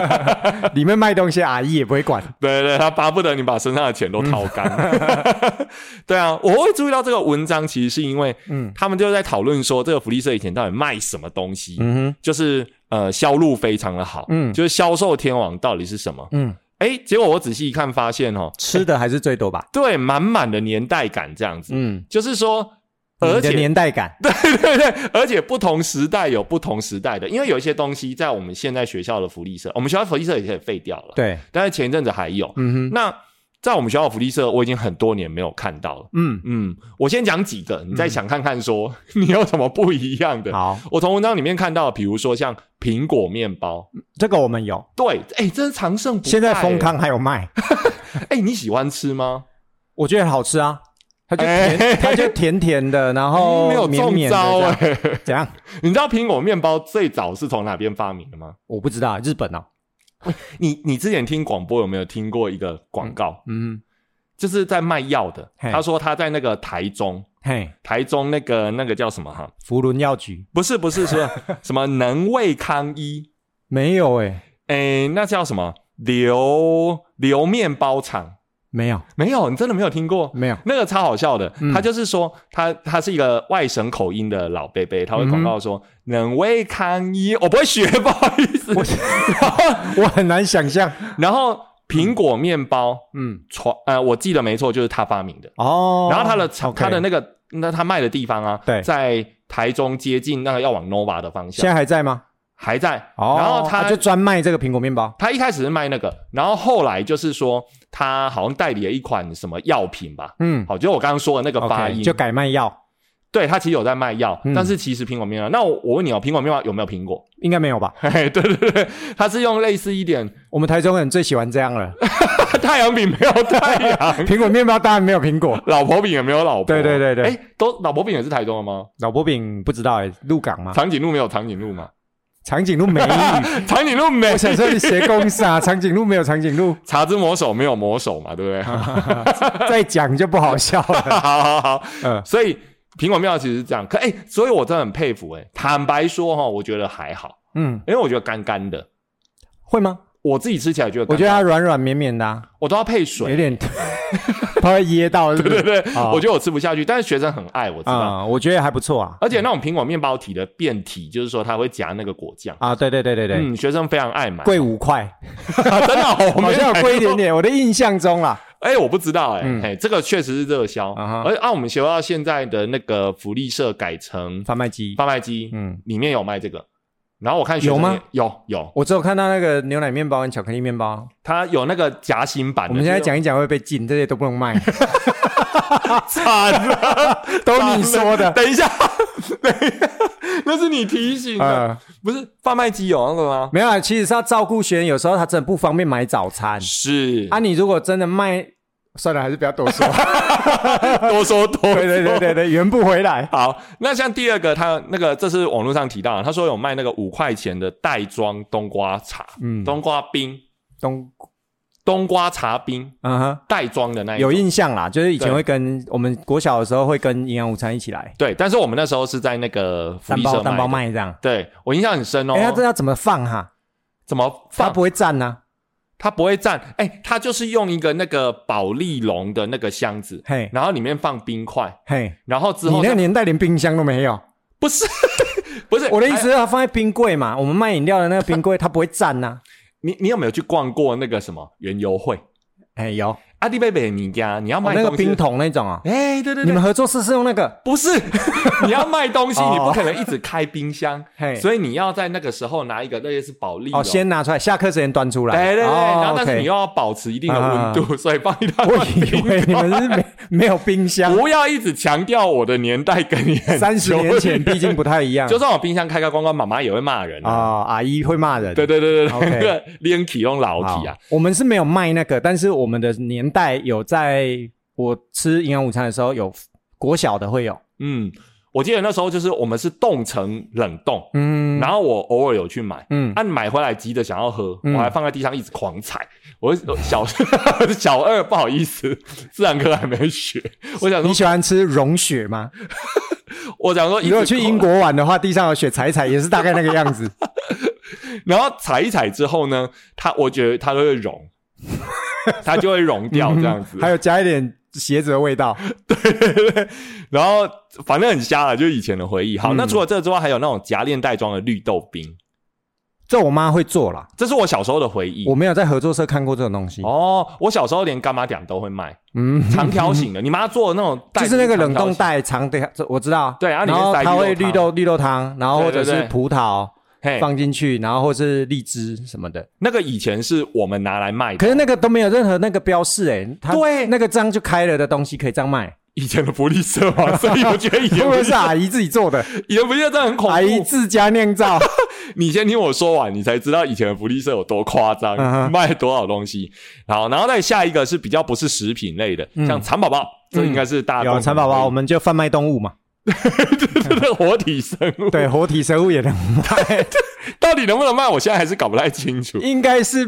S2: 里面卖东西的阿姨也不会管。
S1: 对对，他巴不得你把身上的钱都掏干。 对啊，我会注意到这个文章，其实是因为，嗯
S2: 嗯，
S1: 他们就在讨论说这个福利社以前到底卖什么东西，
S2: 嗯哼，
S1: 就是呃销路非常的好，嗯，
S2: 嗯
S1: 就是销售天王到底是什么？
S2: 嗯，
S1: 哎，结果我仔细一看，发现哦，
S2: 吃的还是最多吧？
S1: 对，满满的年代感这样子，
S2: 嗯，
S1: 就是说，而
S2: 你的
S1: 且
S2: 年代感。
S1: 对对，而且不同时代有不同时代的，因为有一些东西在我们现在学校的福利社，我们学校福利社也也废掉了，
S2: 对，
S1: 但是前一阵子还有，
S2: 嗯哼，
S1: 那在我们学校的福利社，我已经很多年没有看到了。
S2: 嗯，
S1: 嗯，我先讲几个，你再想看看说、 你有什么不一样的。
S2: 好，
S1: 我从文章里面看到，比如说像苹果面包，
S2: 这个我们有，
S1: 对，哎、真是长盛不败、
S2: 嗯现在丰
S1: 哎
S2: 康还有卖，
S1: 哎、你喜欢吃吗？
S2: 我觉得好吃啊，它就
S1: 哎
S2: 甜，它就甜甜的，然后
S1: 没有
S2: 哦绵
S1: 中
S2: 绵的
S1: 招
S2: 这
S1: 哎、
S2: 样，怎样？
S1: 你知道苹果面包最早是从哪边发明的吗？
S2: 我不知道，日本啊，
S1: 你你之前听广播有没有听过一个广告，
S2: 嗯，
S1: 就是在卖药的？
S2: 嘿
S1: 他说他在那个台中，
S2: 嘿，
S1: 台中那个那个叫什么哈？
S2: 福伦药局
S1: 不是不是 是什么能卫康一？
S2: 没有哎、
S1: 哎、那叫什么流流面包厂？
S2: 没有，
S1: 没有，你真的没有听过？
S2: 没有，
S1: 那个超好笑的，
S2: 嗯
S1: 他就是说他他是一个外省口音的老贝贝，他
S2: 嗯
S1: 会广告说“能为康一”，我不会学， 不好意思。
S2: 我很难想象，
S1: 然后苹果面包
S2: 嗯，
S1: 传，呃，我记得没错，就是他发明的。
S2: 哦，
S1: 然后他的厂
S2: OK
S1: 他的那个那他卖的地方啊，
S2: 对
S1: 在台中接近那个要往 nova 的方向，
S2: 现在还在吗？
S1: 还在。
S2: 哦，
S1: 然后他
S2: 就专卖这个苹果面包，
S1: 他一开始是卖那个，然后后来就是说他好像代理了一款什么药品吧。
S2: 嗯
S1: 好，就我刚刚说的那个发音
S2: ，OK，就改卖药，
S1: 对，它其实有在卖药，
S2: 嗯
S1: 但是其实苹果面包。那我我问你哦，苹果面包有没有苹果？
S2: 应该没有吧？
S1: 嘿嘿，对对对，它是用类似一点
S2: 我们台中人最喜欢这 样了，
S1: 太阳饼没有太阳，
S2: 苹果面包当然没有苹果，
S1: 老婆饼也没有老婆。
S2: 对对对对
S1: 哎，都老婆饼也是台中的吗？
S2: 老婆饼不知道哎、鹿 港吗？
S1: 长颈鹿没有长颈鹿吗？
S2: 长颈鹿美语，
S1: 长颈鹿没
S2: 我。想说你写公司啊，长颈鹿没有长颈 鹿，
S1: 茶之魔手没有魔手嘛，对不对？
S2: 嗯再讲就不好笑了。
S1: 好好好，
S2: 嗯
S1: 所以苹果面包其实是这样。可哎，所以我真的很佩服哎。坦白说哈，我觉得还好，
S2: 嗯，
S1: 因为我觉得干干的，
S2: 会吗？
S1: 我自己吃起来觉得
S2: 我
S1: 干
S2: 觉
S1: 干，
S2: 得它软软绵绵的、啊，
S1: 我都要配
S2: 有
S1: 水，
S2: 点 它会噎到，是不
S1: 对
S2: 是？
S1: 对对，
S2: 哦
S1: 我觉得我吃不下去，但是学生很爱，我知道。
S2: 啊、我觉得还不错啊。
S1: 而且那种苹果面包体的变体，就是说它会夹那个果酱。
S2: 啊，对对对对对，
S1: 嗯，学生非常爱买，
S2: 贵五 块，
S1: 真的 哦，我
S2: 好
S1: 们
S2: 像有贵一点。点。我的印象中啦，
S1: 哎，我不知道哎，
S2: 嗯
S1: 哎，这个确实是热销。
S2: 啊哈
S1: 而按我们学校现在的那个福利社改成
S2: 贩卖机，
S1: 贩卖机，
S2: 嗯，
S1: 里面有卖这个。然后我看学生
S2: 有吗
S1: 也？有有，
S2: 我只有看到那个牛奶面包跟巧克力面包。
S1: 它有那个夹心版的。
S2: 我们现在
S1: 就是
S2: 讲一讲会被禁，这些都不能 卖，
S1: 惨了，
S2: 都 你说 的。
S1: 等一下， 等一下，那是你提醒的，
S2: 呃，
S1: 不是贩卖机有那个吗？
S2: 没有啊，其实是要照顾学员，有时候他真的不方便买早餐
S1: 是
S2: 啊。你如果真的卖，算了，还是不要多说。
S1: 多说 多，
S2: 对对对对对，圆不回来。
S1: 好，那像第二个，他那个这是网络上提到的，他说有卖那个五块钱的袋装冬瓜茶、
S2: 嗯，
S1: 冬瓜冰、
S2: 东，
S1: 冬瓜茶冰
S2: 嗯哼，
S1: 袋装的那一种
S2: 有印象啦，就是以前
S1: 对
S2: 会跟我们国小的时候会跟营养午餐一起来，
S1: 对，但是我们那时候是在那个福
S2: 蛋
S1: 利社
S2: 包
S1: 的
S2: 蛋包。卖这样。
S1: 对我印象很深哦，
S2: 哎，他这要怎么放哈？
S1: 怎么
S2: 它
S1: 放？
S2: 不会站啊呢？
S1: 它不会站，哎、它就是用一个那个保利龙的那个箱子，
S2: 嘿
S1: 然后里面放冰块，
S2: 嘿，
S1: 然后之
S2: 你
S1: 后
S2: 那个年代连冰箱都没有。
S1: 不是 不是哎
S2: 我的意思，是要放在冰柜嘛，我们卖饮料的那个冰柜，它不会站啊呐、
S1: 你你有没有去逛过那个什么园游会？
S2: 哎，有、哦、
S1: 阿弟贝贝，你家你要卖
S2: 那个
S1: 东西
S2: 冰，桶那种啊、
S1: 哎、对对对
S2: 你，们合作社是用那个？
S1: 不是， 你要卖东西，
S2: 哦
S1: 你不可能一直开冰箱，
S2: 嘿，
S1: 所以你要在那个时候拿一个类似保利龙
S2: 哦，先拿出来，下课时间端出来。
S1: 对对对，
S2: 哦
S1: 然后但是
S2: OK 啊
S1: 你又要保持一定的温度，所以放一大
S2: 我
S1: 罐
S2: 以
S1: 冰。
S2: 为你们是没 没有冰箱，
S1: 不要一直强调我的年代跟你很
S2: 三十
S1: 久
S2: 年前毕竟不太一样。
S1: 就算我冰箱开开关关，妈妈也会骂人啊。
S2: 啊、阿姨会骂人。
S1: 对对对对对，
S2: OK
S1: 那个 Linky 用老
S2: 好
S1: 体啊，
S2: 我们是没有卖那个，但是我们的年代有在我吃营养午餐的时候有国小的会有，
S1: 嗯，我记得那时候就是我们是冻成冷冻，
S2: 嗯，
S1: 然后我偶尔有去买。
S2: 嗯，
S1: 按、买回来急着想要喝，
S2: 嗯
S1: 我还放在地上一直狂踩。我我小小二不好意思，自然课还没学。我想
S2: 你
S1: 说，
S2: 喜欢吃融雪吗？
S1: 我想说，
S2: 你如果去英，国玩的话，地上有雪踩一踩也是大概那个 样子。
S1: 然后踩一踩之后呢，它我觉得它都会融，它就会融掉哦这样子。
S2: 嗯还有加一点鞋子的味道。
S1: 然后反正很瞎了，就是以前的回忆。好，
S2: 嗯
S1: 那除了这之外，还有那种夹链袋装的绿豆冰，
S2: 这我妈会做啦，
S1: 这是我小时候的回忆
S2: 我。没有在合作社看过这种东西。
S1: 嗯哦，我小时候连干妈点都会 卖，
S2: 嗯，
S1: 长条形的。你妈做的那种袋
S2: 就
S1: 子
S2: 是那个
S1: 长
S2: 冷
S1: 条
S2: 冻
S1: 形，
S2: 袋，长的，这我知道。
S1: 对然后里
S2: 然
S1: 面
S2: 后
S1: 塞
S2: 它会
S1: 绿
S2: 绿
S1: 豆
S2: 豆绿豆汤，然后或
S1: 对
S2: 者
S1: 对哎
S2: 是
S1: 对
S2: 葡萄，
S1: 嘿
S2: 放进去，然后或是荔枝什么的。
S1: 那个以前是我们拿来卖的，
S2: 可是那个都没有任何那个标示哎、它
S1: 对
S2: 那个章就开了的东西可以这样 卖，
S1: 以前的福利社 嘛，所以我觉得以前
S2: 会不
S1: 不
S2: 会
S1: 利
S2: 是啊阿姨自己做 的？
S1: 以前福利社真的很恐
S2: 阿姨
S1: 怖。
S2: 自家酿 造，
S1: 你先听我说完，你才知道以前的福利社有多夸张
S2: 嗯哼
S1: 卖多少东西。好，然后再下一个是比较不是食品类的，像蚕宝宝，这应该是大家
S2: 嗯有啊
S1: 共
S2: 蚕
S1: 同
S2: 宝宝，
S1: 回忆
S2: 我们就贩卖动物嘛，
S1: 这是活体生物，
S2: 对，活体生物也能卖，
S1: 到底能不能卖？我现在还是搞不太清楚，
S2: 应该是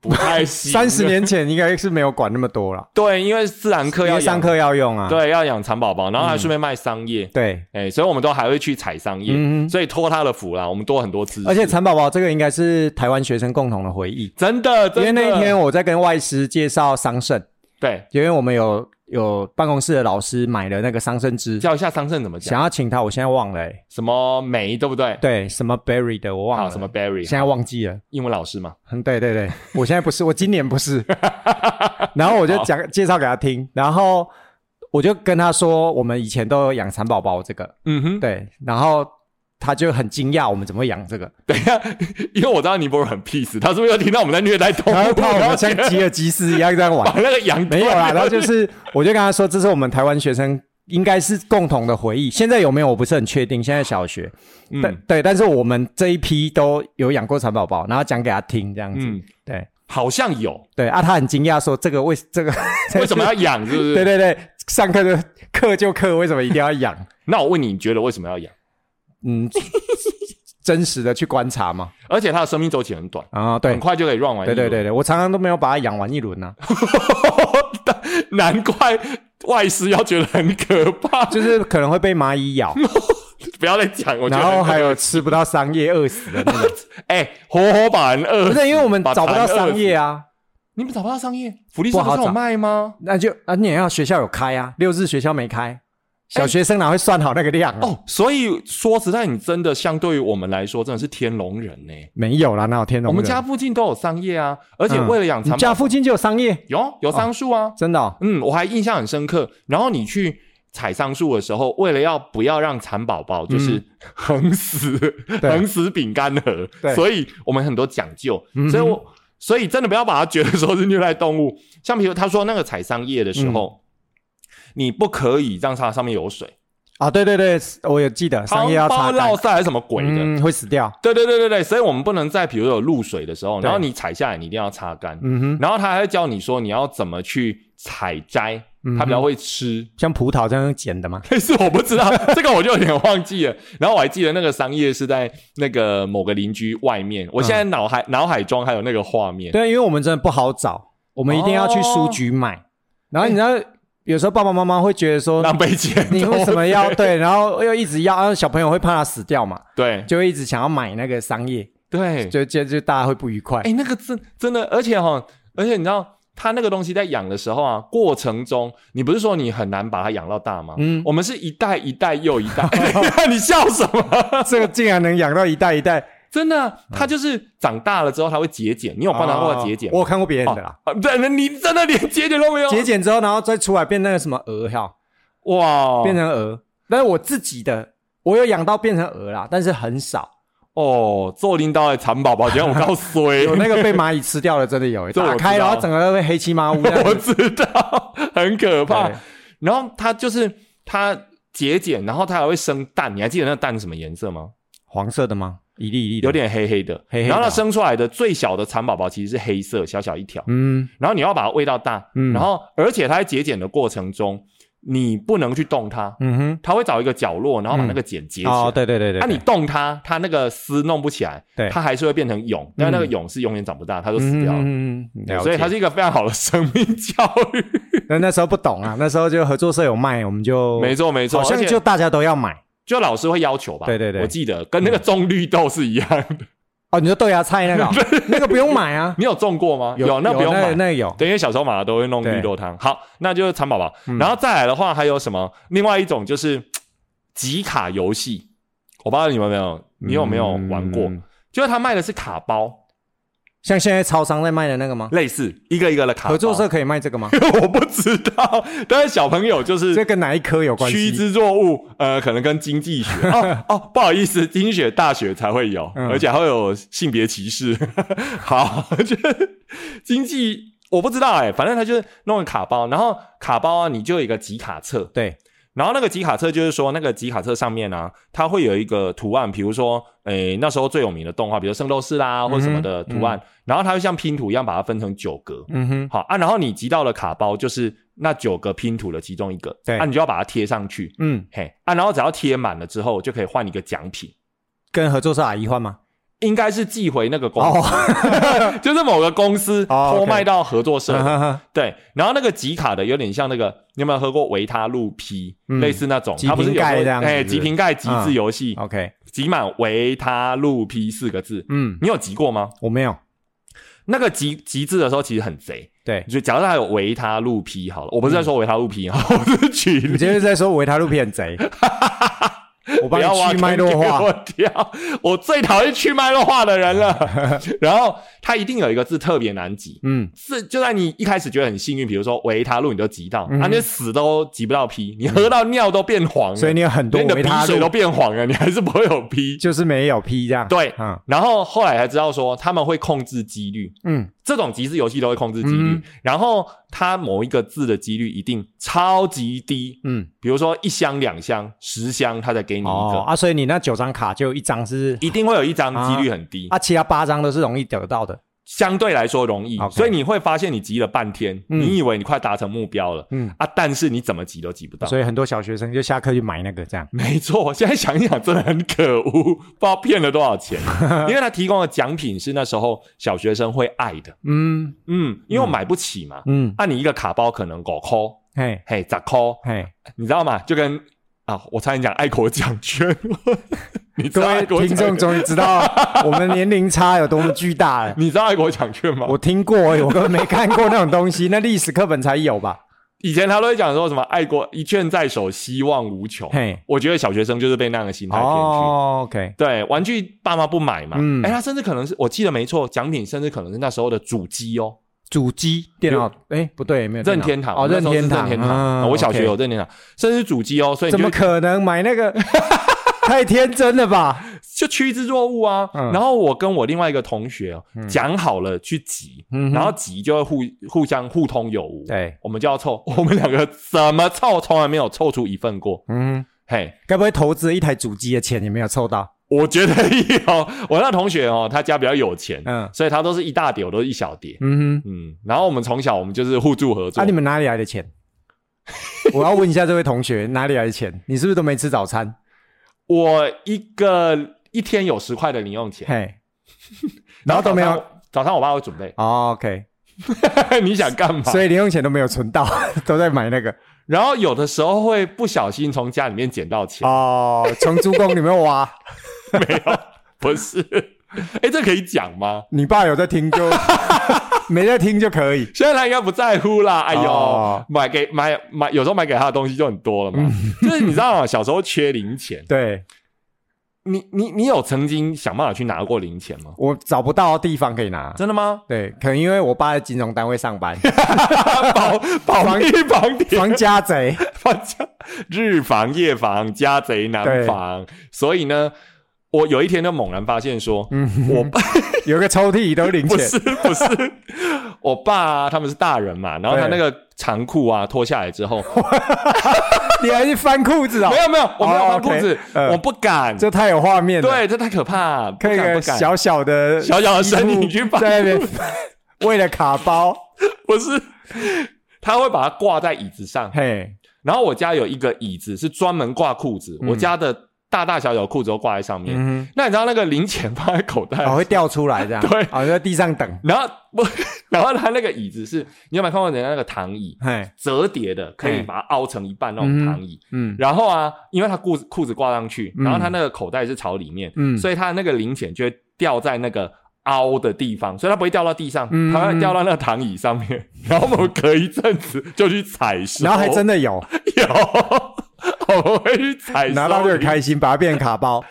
S1: 不太行
S2: 三十年前应该是没有管那么多了，
S1: 对，因为自然课
S2: 因
S1: 要
S2: 为上
S1: 养，
S2: 课要用啊，
S1: 对，要养蚕宝宝，然后还顺便卖桑叶，
S2: 对，
S1: 哎、所以我们都还会去采桑叶，
S2: 嗯哼
S1: 所以托他的福啦，我们多很多知识，
S2: 而且蚕宝宝这个应该是台湾学生共同的回忆，
S1: 真的，
S2: 因
S1: 真的
S2: 为那一天我在跟外师介绍桑葚，
S1: 对
S2: 因为我们有有办公室的老师买了那个桑葚汁，
S1: 教一下桑葚怎么讲，
S2: 想要请他，我现在忘了、欸，
S1: 什么梅对不对？
S2: 对，什么 berry 的我忘
S1: 好，
S2: 了，
S1: 啊什么 berry，
S2: 现在忘记了。
S1: 英文老师嘛，
S2: 嗯，对对对，我现在不是，我今年 不是。然后我就讲介绍给他听，然后我就跟他说，我们以前都有养蚕宝宝这个，
S1: 嗯哼，
S2: 对，然后他就很惊讶，我们怎么会养这个？
S1: 等一下， 因为我知道尼泊尔很 peace，他是不是又听到哦我们在哦虐待动物，
S2: 然后怕我
S1: 然后
S2: 们像吉尔吉斯一样这样
S1: 把
S2: 玩，
S1: 那个羊
S2: 没有啦。
S1: 吞了
S2: 然后就是，我就跟他说，这是我们台湾学生应该是共同的回忆。现在有没有我不是很确定，现在小学，但
S1: 嗯
S2: 对，但是我们这一批都有养过蚕宝宝，然后讲给他听这样子，
S1: 嗯，
S2: 对。
S1: 好像有，
S2: 对啊，他很惊讶说：“这个为这个
S1: 为什么要养？是不是？
S2: 对对对，上课就课就课，为什么一定要养？
S1: 那我问你，你觉得为什么要养？
S2: 嗯，真实的去观察嘛。
S1: 而且它的生命周期很短，
S2: 啊，对
S1: 很，快就可以 run 完。
S2: 对对对，对，我常常都没有把它养完一轮啊呢、
S1: 难怪外师要觉得很可怕。
S2: 就是可能会被蚂蚁 咬，
S1: 不要再讲，我觉
S2: 然
S1: 得
S2: 后
S1: 很可
S2: 还有吃不到桑叶饿死的那种。
S1: 哎、活活把人饿
S2: 不
S1: 死。
S2: 是因为我们
S1: 把
S2: 找不到
S1: 蚕饿
S2: 桑
S1: 死
S2: 叶啊，
S1: 你们找不到商业福利
S2: 不
S1: 社
S2: 好
S1: 不是有
S2: 找
S1: 卖吗？
S2: 那就啊，你也要学校有开啊，六日学校没开，小学生哪会算好那个量、啊？哎哦，
S1: 哦，所以说实在，你真的相对于我们来说，真的是天龙人呢、
S2: 没有啦，哪有天龙
S1: 我
S2: 人？
S1: 们家附近都有商业啊，而且
S2: 嗯
S1: 为了养
S2: 你
S1: 蚕宝，
S2: 家附近就有桑叶，
S1: 有有桑树啊。
S2: 真的、哦。
S1: 嗯，我还印象很深刻。然后你去采桑树的时候，为了要不要让蚕宝宝就是 横死、
S2: 嗯对啊
S1: 横死饼干盒
S2: 对，嗯
S1: 所以我们很多讲究。所以我所以真的不要把它觉得说是虐待动物。像比如他说那个采桑叶的时
S2: 嗯
S1: 候，你不可以让它上面有水，
S2: 啊，对对对，我有记得
S1: 它
S2: 桑叶要
S1: 包
S2: 擦干
S1: 落，塞还是什么鬼的。
S2: 嗯，会死掉。
S1: 对对对对对，所以我们不能在比如有露水的时候，
S2: 对
S1: 然后你采下来，你一定要擦干。
S2: 嗯哼，
S1: 然后他还会教你说你要怎么去采摘，
S2: 嗯哼
S1: 他比较会吃。
S2: 像葡萄这样捡的嘛。
S1: 但是我不知道这个，我就有点忘记了。然后我还记得那个商业是在那个某个邻居外面，我现在脑海、脑海中还有那个画面。
S2: 嗯对，因为我们真的不好找，我们一定要去书局买。然后你知道，有时候爸爸妈妈会觉得说，
S1: 浪费钱，
S2: 你为什哎么要 对，然后又一直要，然后小朋友会怕他死掉嘛，
S1: 对
S2: 就会一直想要买那个桑叶，
S1: 对，
S2: 就就就大家会不愉快
S1: 哎、。那个真真的，而且哈，而且你知道，它那个东西在养的时候啊，过程中，你不是说你很难把它养到大吗？
S2: 嗯
S1: 我们是一代一代又一代， 你笑什么？
S2: 这个竟然能养到一代一代，
S1: 真的，
S2: 嗯
S1: 它就是长大了之后，它会节俭。你有观察过它节俭
S2: 哦
S1: 吗？
S2: 我有看过别人的啦，
S1: 啊，对，那你真的连节俭都没有，
S2: 节俭之后，然后再出来变那个什么鹅哈，
S1: 哇，
S2: 变成鹅。但是我自己的，我有养到变成鹅啦，但是很少。
S1: 哦，做领导的蚕宝宝，觉得我告衰，
S2: 有那个被蚂蚁吃掉的，真的有，
S1: 这我
S2: 打开
S1: 知道
S2: 然后整个被黑漆麻乌这样
S1: 我
S2: 子。
S1: 知道，很可怕
S2: 对。
S1: 然后它就是它节俭，然后它还会生蛋，你还记得那个蛋是什么颜色吗？
S2: 黄色的吗？一粒一粒的，
S1: 有点黑黑的，
S2: 黑黑的
S1: 然后它生出来的最小的蚕宝宝其实是黑色，小小一条。
S2: 嗯
S1: 然后你要把它喂到大，
S2: 嗯
S1: 然后而且它在节俭的过程中，你不能去动它，
S2: 嗯哼，
S1: 它会找一个角落，然后把那个茧结起来。
S2: 哦，对对对对，
S1: 那、
S2: 对
S1: 你动它，它那个丝弄不起来，
S2: 对嗯
S1: 它还是会变成蛹，但那个蛹是永远长不大，它就死掉了。
S2: 嗯嗯嗯嗯了解
S1: 所以它是一个非常好的生命教育。
S2: 那那时候不懂啊，那时候就合作社有卖，我们就
S1: 没错，没错，
S2: 好
S1: 而
S2: 像
S1: 且
S2: 就大家都要买
S1: 就老师会要求吧？
S2: 对对对
S1: 我记得跟那个种绿豆是一样 的。
S2: 哦。你说豆芽菜那个哦，那个不用买啊，
S1: 你有种过吗？那
S2: 有
S1: 不用
S2: 那
S1: 买
S2: 个。那个有，
S1: 对，因为小时候妈妈都会弄
S2: 对
S1: 绿豆汤。好，那就是蚕宝宝。然后再来的话，还有什么？另外一种就是嘖集卡游戏，嗯我不知道你们有没有，你有没有玩过？
S2: 嗯
S1: 就是他卖的是卡包，
S2: 像现在超商在卖的那个吗？
S1: 类似一个一个的卡包
S2: 合作社可以卖这个吗？
S1: 我不知道，但是小朋友 就是
S2: 这跟哪一科有关
S1: 趋
S2: 系？
S1: 之若鹜，呃，可能跟经济 学哦哦，不好意思，经济学大学才会有，
S2: 嗯
S1: 而且还会有性别歧视。 好， 就是经济我不知道哎、反正他就是弄个卡包，然后卡包啊，你就有一个集卡册，
S2: 对，
S1: 然后那个集卡册就是说，那个集卡册上面呢、啊，它会有一个图案，比如说，诶，那时候最有名的动画，比如《圣斗士》啦，或者什么的图案，然后它会像拼图一样把它分成九格，
S2: 嗯哼，
S1: 好啊，然后你集到了卡包，就是那九个拼图的其中一个，
S2: 对
S1: 啊，你就要把它贴上去，
S2: 嗯，
S1: 嘿啊，然后只要贴满了之后，就可以换一个奖品，
S2: 跟合作社阿姨换吗？
S1: 应该是寄回那个公司，
S2: 哦，
S1: 就是某个公司
S2: 哦
S1: 托
S2: ，OK 嗯
S1: 卖到合作社的，
S2: 哈
S1: 对，然后那个集卡的有点像那个，你有没有喝过维他露 P？、
S2: 嗯
S1: 类似那种，
S2: 集
S1: 它不是有
S2: 瓶盖
S1: 时
S2: 这
S1: 候
S2: 样子
S1: 哎，
S2: 是不是
S1: 集瓶盖集字游戏，
S2: ，OK，
S1: 集满维他露 P 四个字，
S2: 嗯，
S1: 你有集过吗？
S2: 我没有，
S1: 那个集集字的时候其实很贼，
S2: 对，
S1: 就假如它有维他露 P 好了，我不是在说维他露 P 啊，我是举
S2: 嗯你
S1: 例。
S2: 今天在说维他露片 贼，
S1: 不
S2: 我帮
S1: 要挖
S2: 你
S1: 坑
S2: 去脉
S1: 给
S2: 络化
S1: 我，跳！我最讨厌去脉络化的人 了。然后它一定有一个字特别难集，
S2: 嗯，
S1: 是就算你一开始觉得很幸运，比如说维他露你都集到，
S2: 嗯
S1: 啊，你死都集不到 P，你喝到尿都变黄了，
S2: 所以你有很多
S1: 连你的
S2: 维
S1: 鼻
S2: 他
S1: 水都
S2: 露，
S1: 变黄了，你还是不会有 P。
S2: 就是没有 P 这样，
S1: 对
S2: 嗯
S1: 然后后来才知道说他们会控制几率，
S2: 嗯，
S1: 这种集字游戏都会控制几率，
S2: 嗯
S1: 然后它某一个字的几率一定超级低，
S2: 嗯，
S1: 比如说一箱、两箱、十箱，它才给你嗯一个，
S2: 哦啊，所以你那九张卡就有一张是
S1: 一定会有一张几率很低，
S2: 啊，其他八张都是容易得到的，
S1: 相对来说容易，
S2: 啊 OK
S1: 所以你会发现你集了半天，
S2: 嗯
S1: 你以为你快达成目标了，
S2: 嗯，
S1: 啊，但是你怎么集都集不到。
S2: 所以很多小学生就下课去买那个这样，
S1: 没错， 现在想一想真的很可恶，不知道骗了多少 钱。因为他提供的奖品是那时候小学生会爱的，
S2: 嗯
S1: 嗯，因为我买不起嘛，
S2: 嗯，
S1: 啊，你一个卡包可能五块，
S2: 嘿
S1: 嘿，十块，
S2: 嘿，
S1: 你知道吗？就跟啊，我差点讲爱国奖券， 你知
S2: 各
S1: 道爱国
S2: 位听
S1: 奖
S2: 众终于知道我们年龄差有多么巨大 了。
S1: 你知道爱国奖券吗？
S2: 我听过而已，我根本没看过那种东西，那历史课本才有吧？
S1: 以前他都会讲说什么爱国一券在手，希望无穷。
S2: 嘿，
S1: 我觉得小学生就是被那样的心态骗去。
S2: 哦，OK，
S1: 对，玩具爸妈不买嘛，
S2: 嗯
S1: 哎，他甚至可能是我记得没错，奖品甚至可能是那时候的主机哦，
S2: 主机电脑，哎，不对，没有
S1: 任天
S2: 电
S1: 堂
S2: 脑哦，任天
S1: 那时
S2: 堂，
S1: 候是任天堂，
S2: 嗯
S1: 啊我小学
S2: OK
S1: 有任天堂，甚至主机哦，所以你
S2: 怎
S1: 就
S2: 么可能买 那个？太天真了吧？
S1: 就趋之若鹜啊。
S2: 嗯
S1: 然后我跟我另外一个同学哦讲好了去集，
S2: 嗯哼
S1: 然后集就会互互相互通有无，
S2: 对，
S1: 我们就要凑，我们两个怎么凑从来没有凑出一份过，
S2: 嗯，
S1: 嘿。
S2: 该不会投资一台主机的钱也没有凑到？
S1: 我觉得有， 我那同学哦，他家比较有钱，
S2: 嗯
S1: 所以他都是一大碟，我都是一小碟，
S2: 嗯哼，
S1: 嗯，然后我们从小我们就是互助合作。
S2: 啊，你们哪里来 的钱？我要问一下这位同学，哪里来的钱？你是不是都没吃早餐？
S1: 我一个一天有十块的零用钱，
S2: 嘿，然后都没有，
S1: 早上。早上我爸会准备
S2: 哦，OK，
S1: 你想干嘛？
S2: 所以零用钱都没有存到， 都在买那个
S1: 然后有的时候会不小心从家里面捡到钱，
S2: 哦，从猪公里面挖。
S1: 不是？ 哎，这可以讲吗？
S2: 你爸有在 听就没在听就可以。
S1: 现在他应该不在乎啦。哎呦，
S2: 哦
S1: 买给买买，有时候买给他的东西就很多了嘛。
S2: 嗯
S1: 就是你知道吗？小时候缺零钱，
S2: 对
S1: 你你你有曾经想办法去拿过零钱吗？
S2: 我找不到地方可以拿，
S1: 真的吗？
S2: 对，可能因为我爸在金融单位 上班，
S1: 保保 密房顶
S2: 防家贼。
S1: 房家日防夜防，家贼难防。所以呢，我有一天就猛然发现说，
S2: 嗯
S1: 我爸
S2: 有个抽屉里都是零
S1: 不
S2: 钱，
S1: 是不是，我爸、啊、他们是大人嘛，然后他那
S2: 对
S1: 个长裤啊脱下来之后，
S2: 你还去翻裤子啊、
S1: 没有没有，我没有
S2: 哦
S1: 穿裤子
S2: OK，，呃
S1: 我不敢。
S2: 这太有画面了。，
S1: 对，这太可怕，不
S2: 可以有
S1: 敢
S2: 个
S1: 不敢。
S2: 小小的
S1: 小小的身影去翻
S2: 在那边， 为了卡包，
S1: 不是，他会把它挂在椅子上，
S2: 嘿，
S1: 然后我家有一个椅子是专门挂裤子，我家的大大小小裤子都挂在上面。
S2: 嗯
S1: 那你知道那个零钱放在口袋
S2: 哼，哦会掉出来这样，
S1: 对
S2: 哦就在地上等，
S1: 然后不， 然后他那个椅子是，你有没有看过人家那个躺椅，
S2: 嘿，
S1: 折叠的，可以
S2: 嗯
S1: 把它凹成一半那种躺椅。
S2: 嗯
S1: 然后啊，因为他裤子裤子挂上去，
S2: 嗯
S1: 然后他那个口袋是朝里面，
S2: 嗯
S1: 所以他那个零钱就会掉在那个凹的地方，所以它不会掉到地上，
S2: 嗯
S1: 它会掉到那个躺椅上面。 然后我们隔一阵子就去采收，
S2: 然后还真的有
S1: 有，我们会去采收
S2: 拿到就很
S1: 零
S2: 开心，把它变成卡包，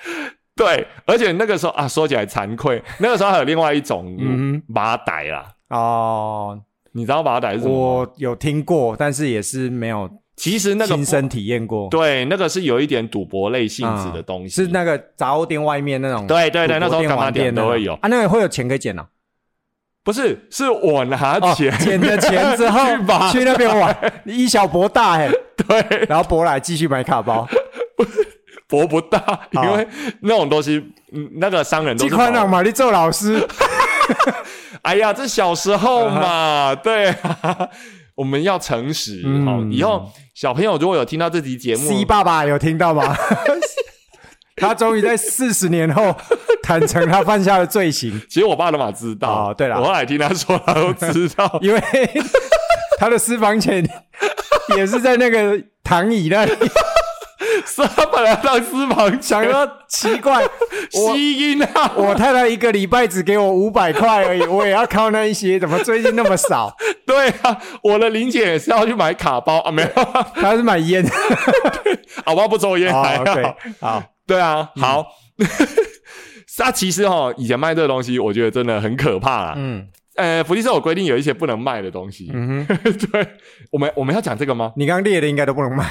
S1: 对，而且那个时候啊，说起来惭愧，那个时候还有另外一种
S2: 嗯
S1: 马歹啦，
S2: 哦，
S1: 你知道马歹是什么吗？
S2: 我有听过，但是也是没有
S1: 其实那个
S2: 亲身体验过。
S1: 对，那个是有一点赌博类性质的
S2: 嗯
S1: 东西，
S2: 是那个杂货店外面那种。
S1: 对对对，那时候干嘛
S2: 玩
S1: 点都会有，
S2: 啊，那个会有钱可以捡啊。
S1: 不是，是我拿
S2: 哦
S1: 钱，
S2: 捡了钱之 后
S1: 去吧
S2: 去那边 玩，你以小博大哎，
S1: 对，
S2: 然后博来继续买卡包，
S1: 博不
S2: 哦
S1: 大，因为那种东西，嗯那个商 人都
S2: 这
S1: 是
S2: 款
S1: 保
S2: 让玛丽做 老师，
S1: 哎呀，这小时候嘛，对、啊，我们要诚实。
S2: 嗯
S1: 好，以后小朋友如果有听到这集节目
S2: C，爸爸有听 到吗？他终于在四十年后坦诚他犯下的罪行，
S1: 其实我爸都嘛知道。
S2: 哦对啦。
S1: 我后来听他说，他都知道
S2: 因为他的私房钱也是在那个躺椅那里。
S1: 是他本来当私房
S2: 想
S1: 钱，
S2: 说奇怪，我
S1: 吸音啊，
S2: 我太太一个礼拜只给我五百块 而已，我也要靠那一些，怎么最近那么少？
S1: 对啊，我的零姐也是要去买卡包啊，没有， 啊，
S2: 他是买烟，
S1: 我爸不抽 烟，还
S2: 好
S1: 哦好。
S2: 哦对，
S1: 对
S2: 嗯好，
S1: 啊，好。 那其实哦，以前卖这个东西，我觉得真的很可怕啦。
S2: 嗯
S1: 呃，福利社有规定有一些不能卖的东西。
S2: 嗯哼，
S1: 对，我们我们要讲这个吗？
S2: 你刚刚列的应该都不 能买。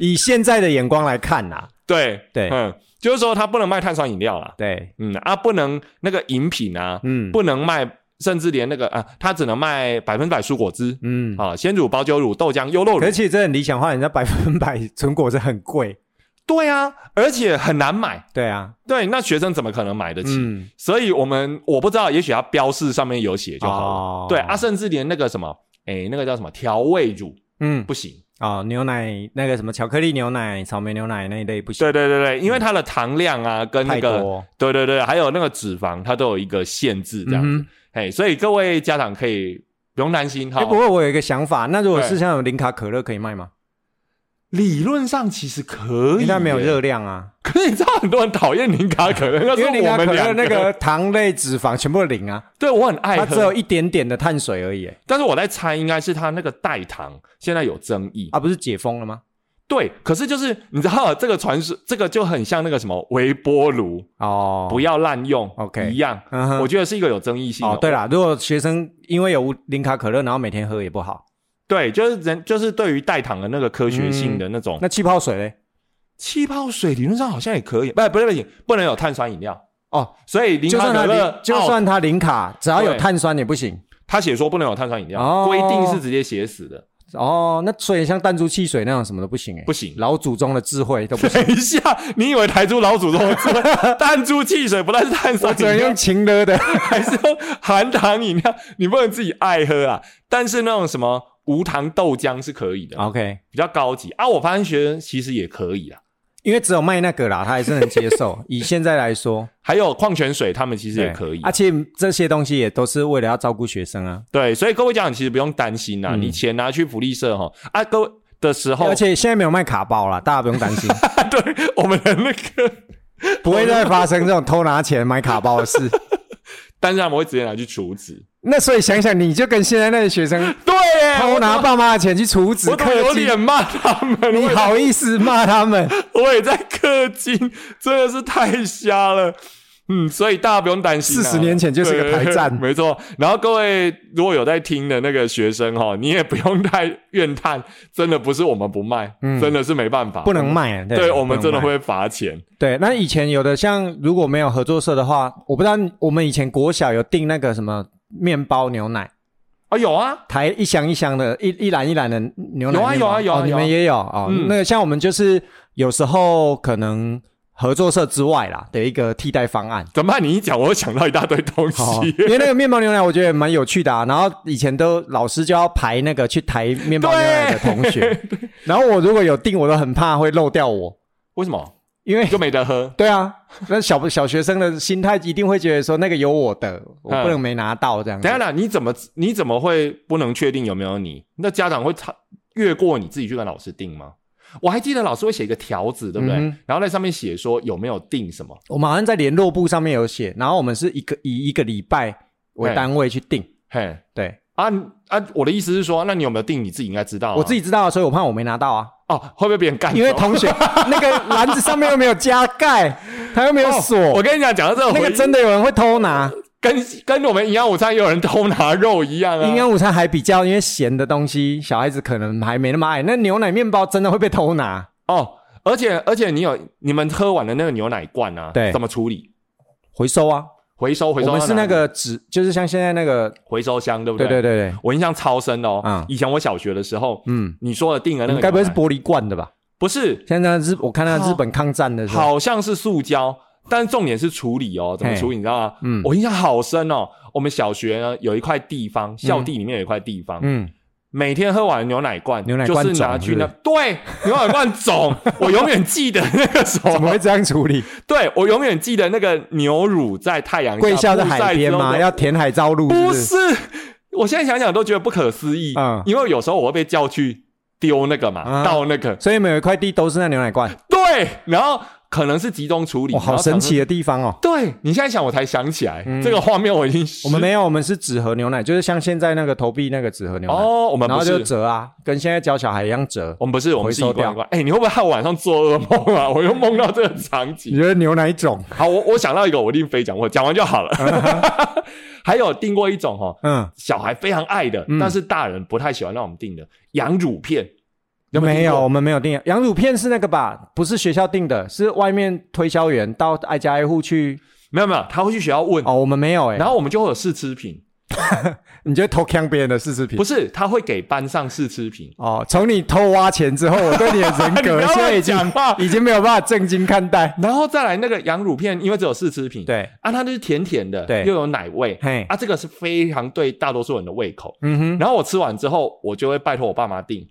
S2: 以现在的眼光来看啊呐、
S1: 对
S2: 对
S1: 嗯，就是说它不能卖碳酸饮料啦，
S2: 对，
S1: 嗯啊，不能那个饮品啊，
S2: 嗯
S1: 不能卖，甚至连那个啊，它只能卖百分百蔬果汁
S2: 嗯，
S1: 啊，鲜乳、保酒乳、豆浆、优酪
S2: 可
S1: 乳
S2: 是，其实这很理想化，人家百分百纯果是很贵，
S1: 对啊，而且很难买，
S2: 对啊，
S1: 对，那学生怎么可能买得起？
S2: 嗯，
S1: 所以我们我不知道，也许它标示上面有写就好了，
S2: 哦
S1: 对啊，，甚至连那个什么，哎，那个叫什么调味乳
S2: 嗯，
S1: 不行，
S2: 哦，牛奶那个什么巧克力牛奶、草莓牛奶那一类不行，
S1: 对对对对，因为它的糖量啊跟那
S2: 嗯太
S1: 个
S2: 多，
S1: 对对对，还有那个脂肪，它都有一个限制，这样
S2: 嗯
S1: 子
S2: 哼。
S1: 哎、所以各位家长可以不用担心哈。
S2: 哎，不过我有一个想法，那如果
S1: 对
S2: 是像有零卡可乐可以卖吗？
S1: 理论上其实可以，
S2: 因为它没有，热量啊，
S1: 可是你知道很多人讨厌零卡可乐，那
S2: 因为
S1: 是
S2: 零
S1: 我
S2: 卡可
S1: 们
S2: 乐
S1: 两哎
S2: 那个糖类、脂肪全部 零啊，
S1: 对我很爱
S2: 它只有
S1: 喝，
S2: 一点点的碳水而 已欸，
S1: 但是我在猜，应该是它那个代糖现在有争议。
S2: 啊，不是解封了吗？
S1: 对，可是就是你知道这个传说，这个就很像那个什么微波炉，
S2: 哦，
S1: 不要滥用
S2: OK
S1: 一样。
S2: 嗯哼
S1: 我觉得是一个有争议性的。
S2: 哦，对啦，如果学生因为有零卡可乐，然后每天喝也不好，
S1: 对，就是人就是对于代糖的那个科学性的那种
S2: 那气泡水嘞？
S1: 气泡水理论上好像也可以，不，不对，不行，不能有碳酸饮料哦。所以零
S2: 就
S1: 卡
S2: 算
S1: 可
S2: 它
S1: 乐
S2: 零，，就算
S1: 哦、
S2: 它零卡，只要有
S1: 对
S2: 碳酸也不行。
S1: 他写说不能有碳酸饮料，
S2: 哦
S1: 规定是直接写死的，
S2: 哦，那所以像弹珠汽水那种什么都不行哎，
S1: 不行。
S2: 老祖宗的智慧都不 行，
S1: 等一下，你以为台珠老祖宗 弹珠汽水不但是碳酸
S2: 我只能
S1: 饮料
S2: 用，情勒 的。
S1: 还是用含糖饮料，你不能自己爱喝啊。但是那种什么无糖豆浆是可以的，
S2: OK，
S1: 比较高级啊。我发现学生其实也可以啊，
S2: 因为只有卖那个啦，他还是能接受。以现在来说，
S1: 还有矿泉水，他们其实 也
S2: 对
S1: 可以啊
S2: 而且这些东西也都是为了要照顾学生啊。
S1: 对，所以各位家长其实不用担心啦，
S2: 嗯
S1: 你钱拿去福利社哈啊，各位的时候
S2: 而，且现在没有卖卡包啦，大家不用担心，
S1: 对我们的那个，
S2: 不会再发生这种偷拿钱买卡包的事。
S1: 但是他们会直接拿去处置。
S2: 那所以想想，你就跟现在那些学生
S1: 对耶，
S2: 偷拿爸妈的钱去处置
S1: 哎我怎么有
S2: 氪金，
S1: 脸骂他们？
S2: 你
S1: 我也，
S2: 好意思骂 他们？
S1: 我也在氪金，真的是太瞎了。嗯，所以大家不用担心啊、
S2: 40年前就是个台战
S1: 对 没错。然后各位如果有在听的那个学生哈，你也不用太怨叹，真的不是我们不卖，
S2: 嗯
S1: 真的是没办法，
S2: 不能。卖啊，
S1: 对我们真的
S2: 不能
S1: 会
S2: 卖
S1: 罚钱。
S2: 对。那以前有的像如果没有合作社的话，我不知道我们以前国小有订那个什么面包牛奶。
S1: 啊，有啊，
S2: 台一箱一箱的，一一篮一篮的牛奶
S1: 有啊
S2: 面
S1: 有
S2: 包
S1: 啊有啊
S2: 哦你
S1: 有啊
S2: 们也有哦。
S1: 嗯
S2: 那个像我们就是有时候可能合作社之外啦的一个替代方案。
S1: 怎么办？你一讲，我又想到一大堆东 西。
S2: 哦，因为那个面包牛奶我觉得也蛮有趣的啊。然后以前都老师就要排那个去抬面包牛奶的同学， 然后我如果有订，我都很怕会漏掉我，
S1: 为什么
S2: 因为
S1: 就没得喝？
S2: 对啊，那小小学生的心态一定会觉得说那个有我的，我不能没拿到这样子
S1: 嗯等一下。啦，你怎么你怎么会不能确定有没有你？那家长会差越过你自己去跟老师定吗？我还记得老师会写一个条子，对不对？
S2: 嗯哼
S1: 然后在上面写说有没有定什么？
S2: 我们好像在联络部上面有写，然后我们是一个以一个礼拜为
S1: 嘿
S2: 单位去定。
S1: 嘿
S2: 对
S1: 啊啊！我的意思是说，那你有没有定？你自己应该知道、啊。
S2: 我自
S1: 己
S2: 己知道，所以我怕我没拿到啊。
S1: 哦，会不会被人干走？
S2: 因为同学那个篮子上面又没有加盖，它又没有锁，
S1: 哦我跟你讲，讲到这
S2: 那个
S1: 回
S2: 真的有人会偷拿。
S1: 跟跟我们营养午餐也有人偷拿肉一样啊。
S2: 营养午餐还比较，因为咸的东西小孩子可能还没那么爱。那牛奶面包真的会被偷拿，
S1: 哦，而且而且你有你们喝完的那个牛奶罐啊，
S2: 对
S1: 怎么处理？
S2: 回收啊。
S1: 回收回
S2: 我
S1: 收到哪里，
S2: 们是那个纸，就是像现在那个，
S1: 回收箱，对不
S2: 对对
S1: 对对，
S2: 对对，
S1: 我印象超深的哦。
S2: 嗯
S1: 以前我小学的时候，
S2: 嗯，
S1: 你说的订了那
S2: 你
S1: 个，
S2: 该不会是？玻璃罐的吧？
S1: 不是，
S2: 现在日我看到日本抗战的时候，
S1: 好像是塑胶，但重点是处理哦，怎么
S2: 嘿
S1: 处理？你知道吗？
S2: 嗯
S1: 我印象好深哦。我们小学呢有一块地方，校地里面有一块地方，
S2: 嗯，
S1: 每天喝完牛奶罐，
S2: 牛奶罐
S1: 就是拿
S2: 种
S1: 去
S2: 是不
S1: 那
S2: 是
S1: 对牛奶罐 种，我永远记得那个时候
S2: 怎，么会这样处 理？
S1: 对我永远记得那个牛乳在太阳
S2: 跪下
S1: 下
S2: 是
S1: 曝晒
S2: 海边
S1: 之后
S2: 嘛，
S1: 的
S2: 要填海造陆，
S1: 不
S2: 不是？
S1: 是，我现在想想都觉得不可思议。
S2: 嗯
S1: 因为有时候我会被叫去丢那个嘛，
S2: 啊
S1: 倒那个，
S2: 所以每有一块地都是那牛奶 罐，
S1: 对，然后可能是集中处理，
S2: 哇，哦好
S1: 然后
S2: 神
S1: 想
S2: 奇
S1: 说。
S2: 的地方哦。
S1: 对你现在想，我才想起来、这个画面，我已经
S2: 我们
S1: 没
S2: 没有，我们是纸盒牛奶，就是像现在那个投币那个纸盒牛奶，
S1: 哦，我们
S2: 然
S1: 不，
S2: 后就是哦折啊，跟现在教小孩一样折。
S1: 我们不是，我们是一
S2: 回收
S1: 罐
S2: 掉
S1: 一罐。哎、你会不会害我晚上做噩梦啊？我 又梦到这个场景
S2: 你。觉得牛奶种？
S1: 好，我我想到一个，我一定非讲，我讲完就好了。 还有订过一种哦，
S2: 嗯，
S1: 小孩非常爱的，但是大人不太喜欢让我们订的羊乳片，有没有
S2: 没
S1: 听
S2: 有，
S1: 过
S2: 我们没有订羊乳片是那个吧？不是学校订的，是外面推销员到挨家挨户去。
S1: 没有没有，他会去学校问，
S2: 哦，我们没有哎、
S1: 然后我们就会有试吃品，
S2: 你就偷抢别人的试吃品
S1: 不？是他会给班上试吃 品。
S2: 哦，从你偷挖钱之后，我对你的人
S1: 你不
S2: 格
S1: 要
S2: 现在
S1: 乱
S2: 已经
S1: 讲话，
S2: 已经没有办法正经看待。
S1: 然后再来那个羊乳片，因为只有试吃品，
S2: 对，
S1: 啊，它就是甜甜的，
S2: 对
S1: 又有奶味，
S2: 嘿，
S1: 啊，这个是非常对大多数人的胃口。
S2: 嗯哼，
S1: 然后我吃完之后，我就会拜托我爸妈订，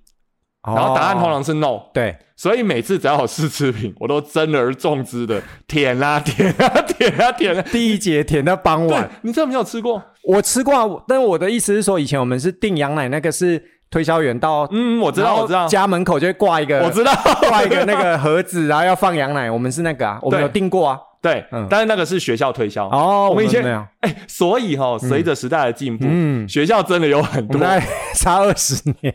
S1: 然后答案通
S2: 哦
S1: 常是 no，、
S2: 对，
S1: 所以每次只要有试吃品，我都真而重之的舔啦、舔啦、舔啦、舔啦。
S2: 第一节甜到傍
S1: 对
S2: 晚，，
S1: 你真的没有吃过？
S2: 我吃过、啊，但我的意思是说，以前我们是订羊奶，那个是推销员到，
S1: 嗯，我知
S2: 然
S1: 道，
S2: 后
S1: 我知道，
S2: 家门口就会挂一个，
S1: 我知道。
S2: 挂一个那个盒子，然后要放羊奶，我们是那个啊，我们
S1: 对
S2: 有订过啊。
S1: 对，
S2: 嗯
S1: 但是那个是学校推销。
S2: 哦，
S1: 我们以前
S2: 没有，
S1: 哎，所以哈、随着时代的进步，
S2: 嗯，
S1: 学校真的有很
S2: 我
S1: 多
S2: 们，大概 差二十年，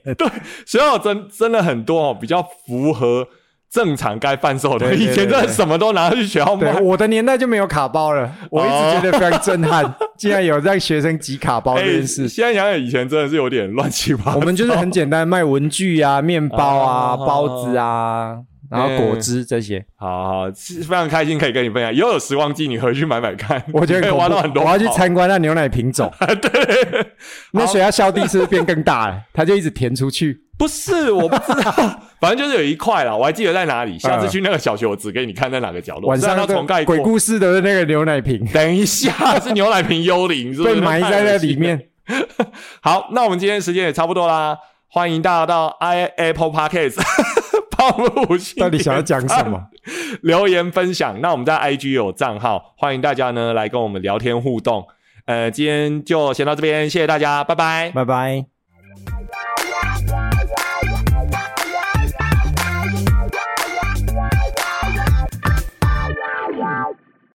S1: 学校真真的很多哦，比较符合正常该贩售的。
S2: 对
S1: 以
S2: 对
S1: 前真的
S2: 对
S1: 什么都拿去学校卖
S2: 对，。我的年代就没有卡包了，
S1: 哦
S2: 我一直觉得非常震撼， 竟然有让学生挤卡包这件事。
S1: 哎现在想想以前真的是有点乱七八糟。
S2: 我们就是很简单，卖文具啊、面包啊、
S1: 哦哎
S2: 包子啊，然后果汁这些。
S1: 好好，是非常开心可以跟你分享。以后有时光机，你回去买买看，
S2: 我觉得
S1: 可以
S2: 很恐怖
S1: 挖到很多
S2: 我
S1: 宝。
S2: 要去参观那牛奶品种。对，那水下校地是不是变更大了？它就一直填出去。
S1: 不是，我不知道， 反正就是有一块啦，我还记得在哪里。下次去那个小学，我指给你看在哪个角落。
S2: 嗯晚
S1: 虽
S2: 上
S1: 然它重盖
S2: 的
S1: 过
S2: 鬼。故事的那个牛奶瓶
S1: 等一下，是牛奶瓶幽灵，是不是
S2: 被埋在那里。面。
S1: 好，那我们今天时间也差不多啦，欢迎大家到 i Apple Podcast 帮我们五星，
S2: 到底想要讲什么？
S1: 留言分享。那我们在 IG 有账号，欢迎大家呢来跟我们聊天互动。呃，今天就先到这边，谢谢大家，拜拜。
S2: 拜拜。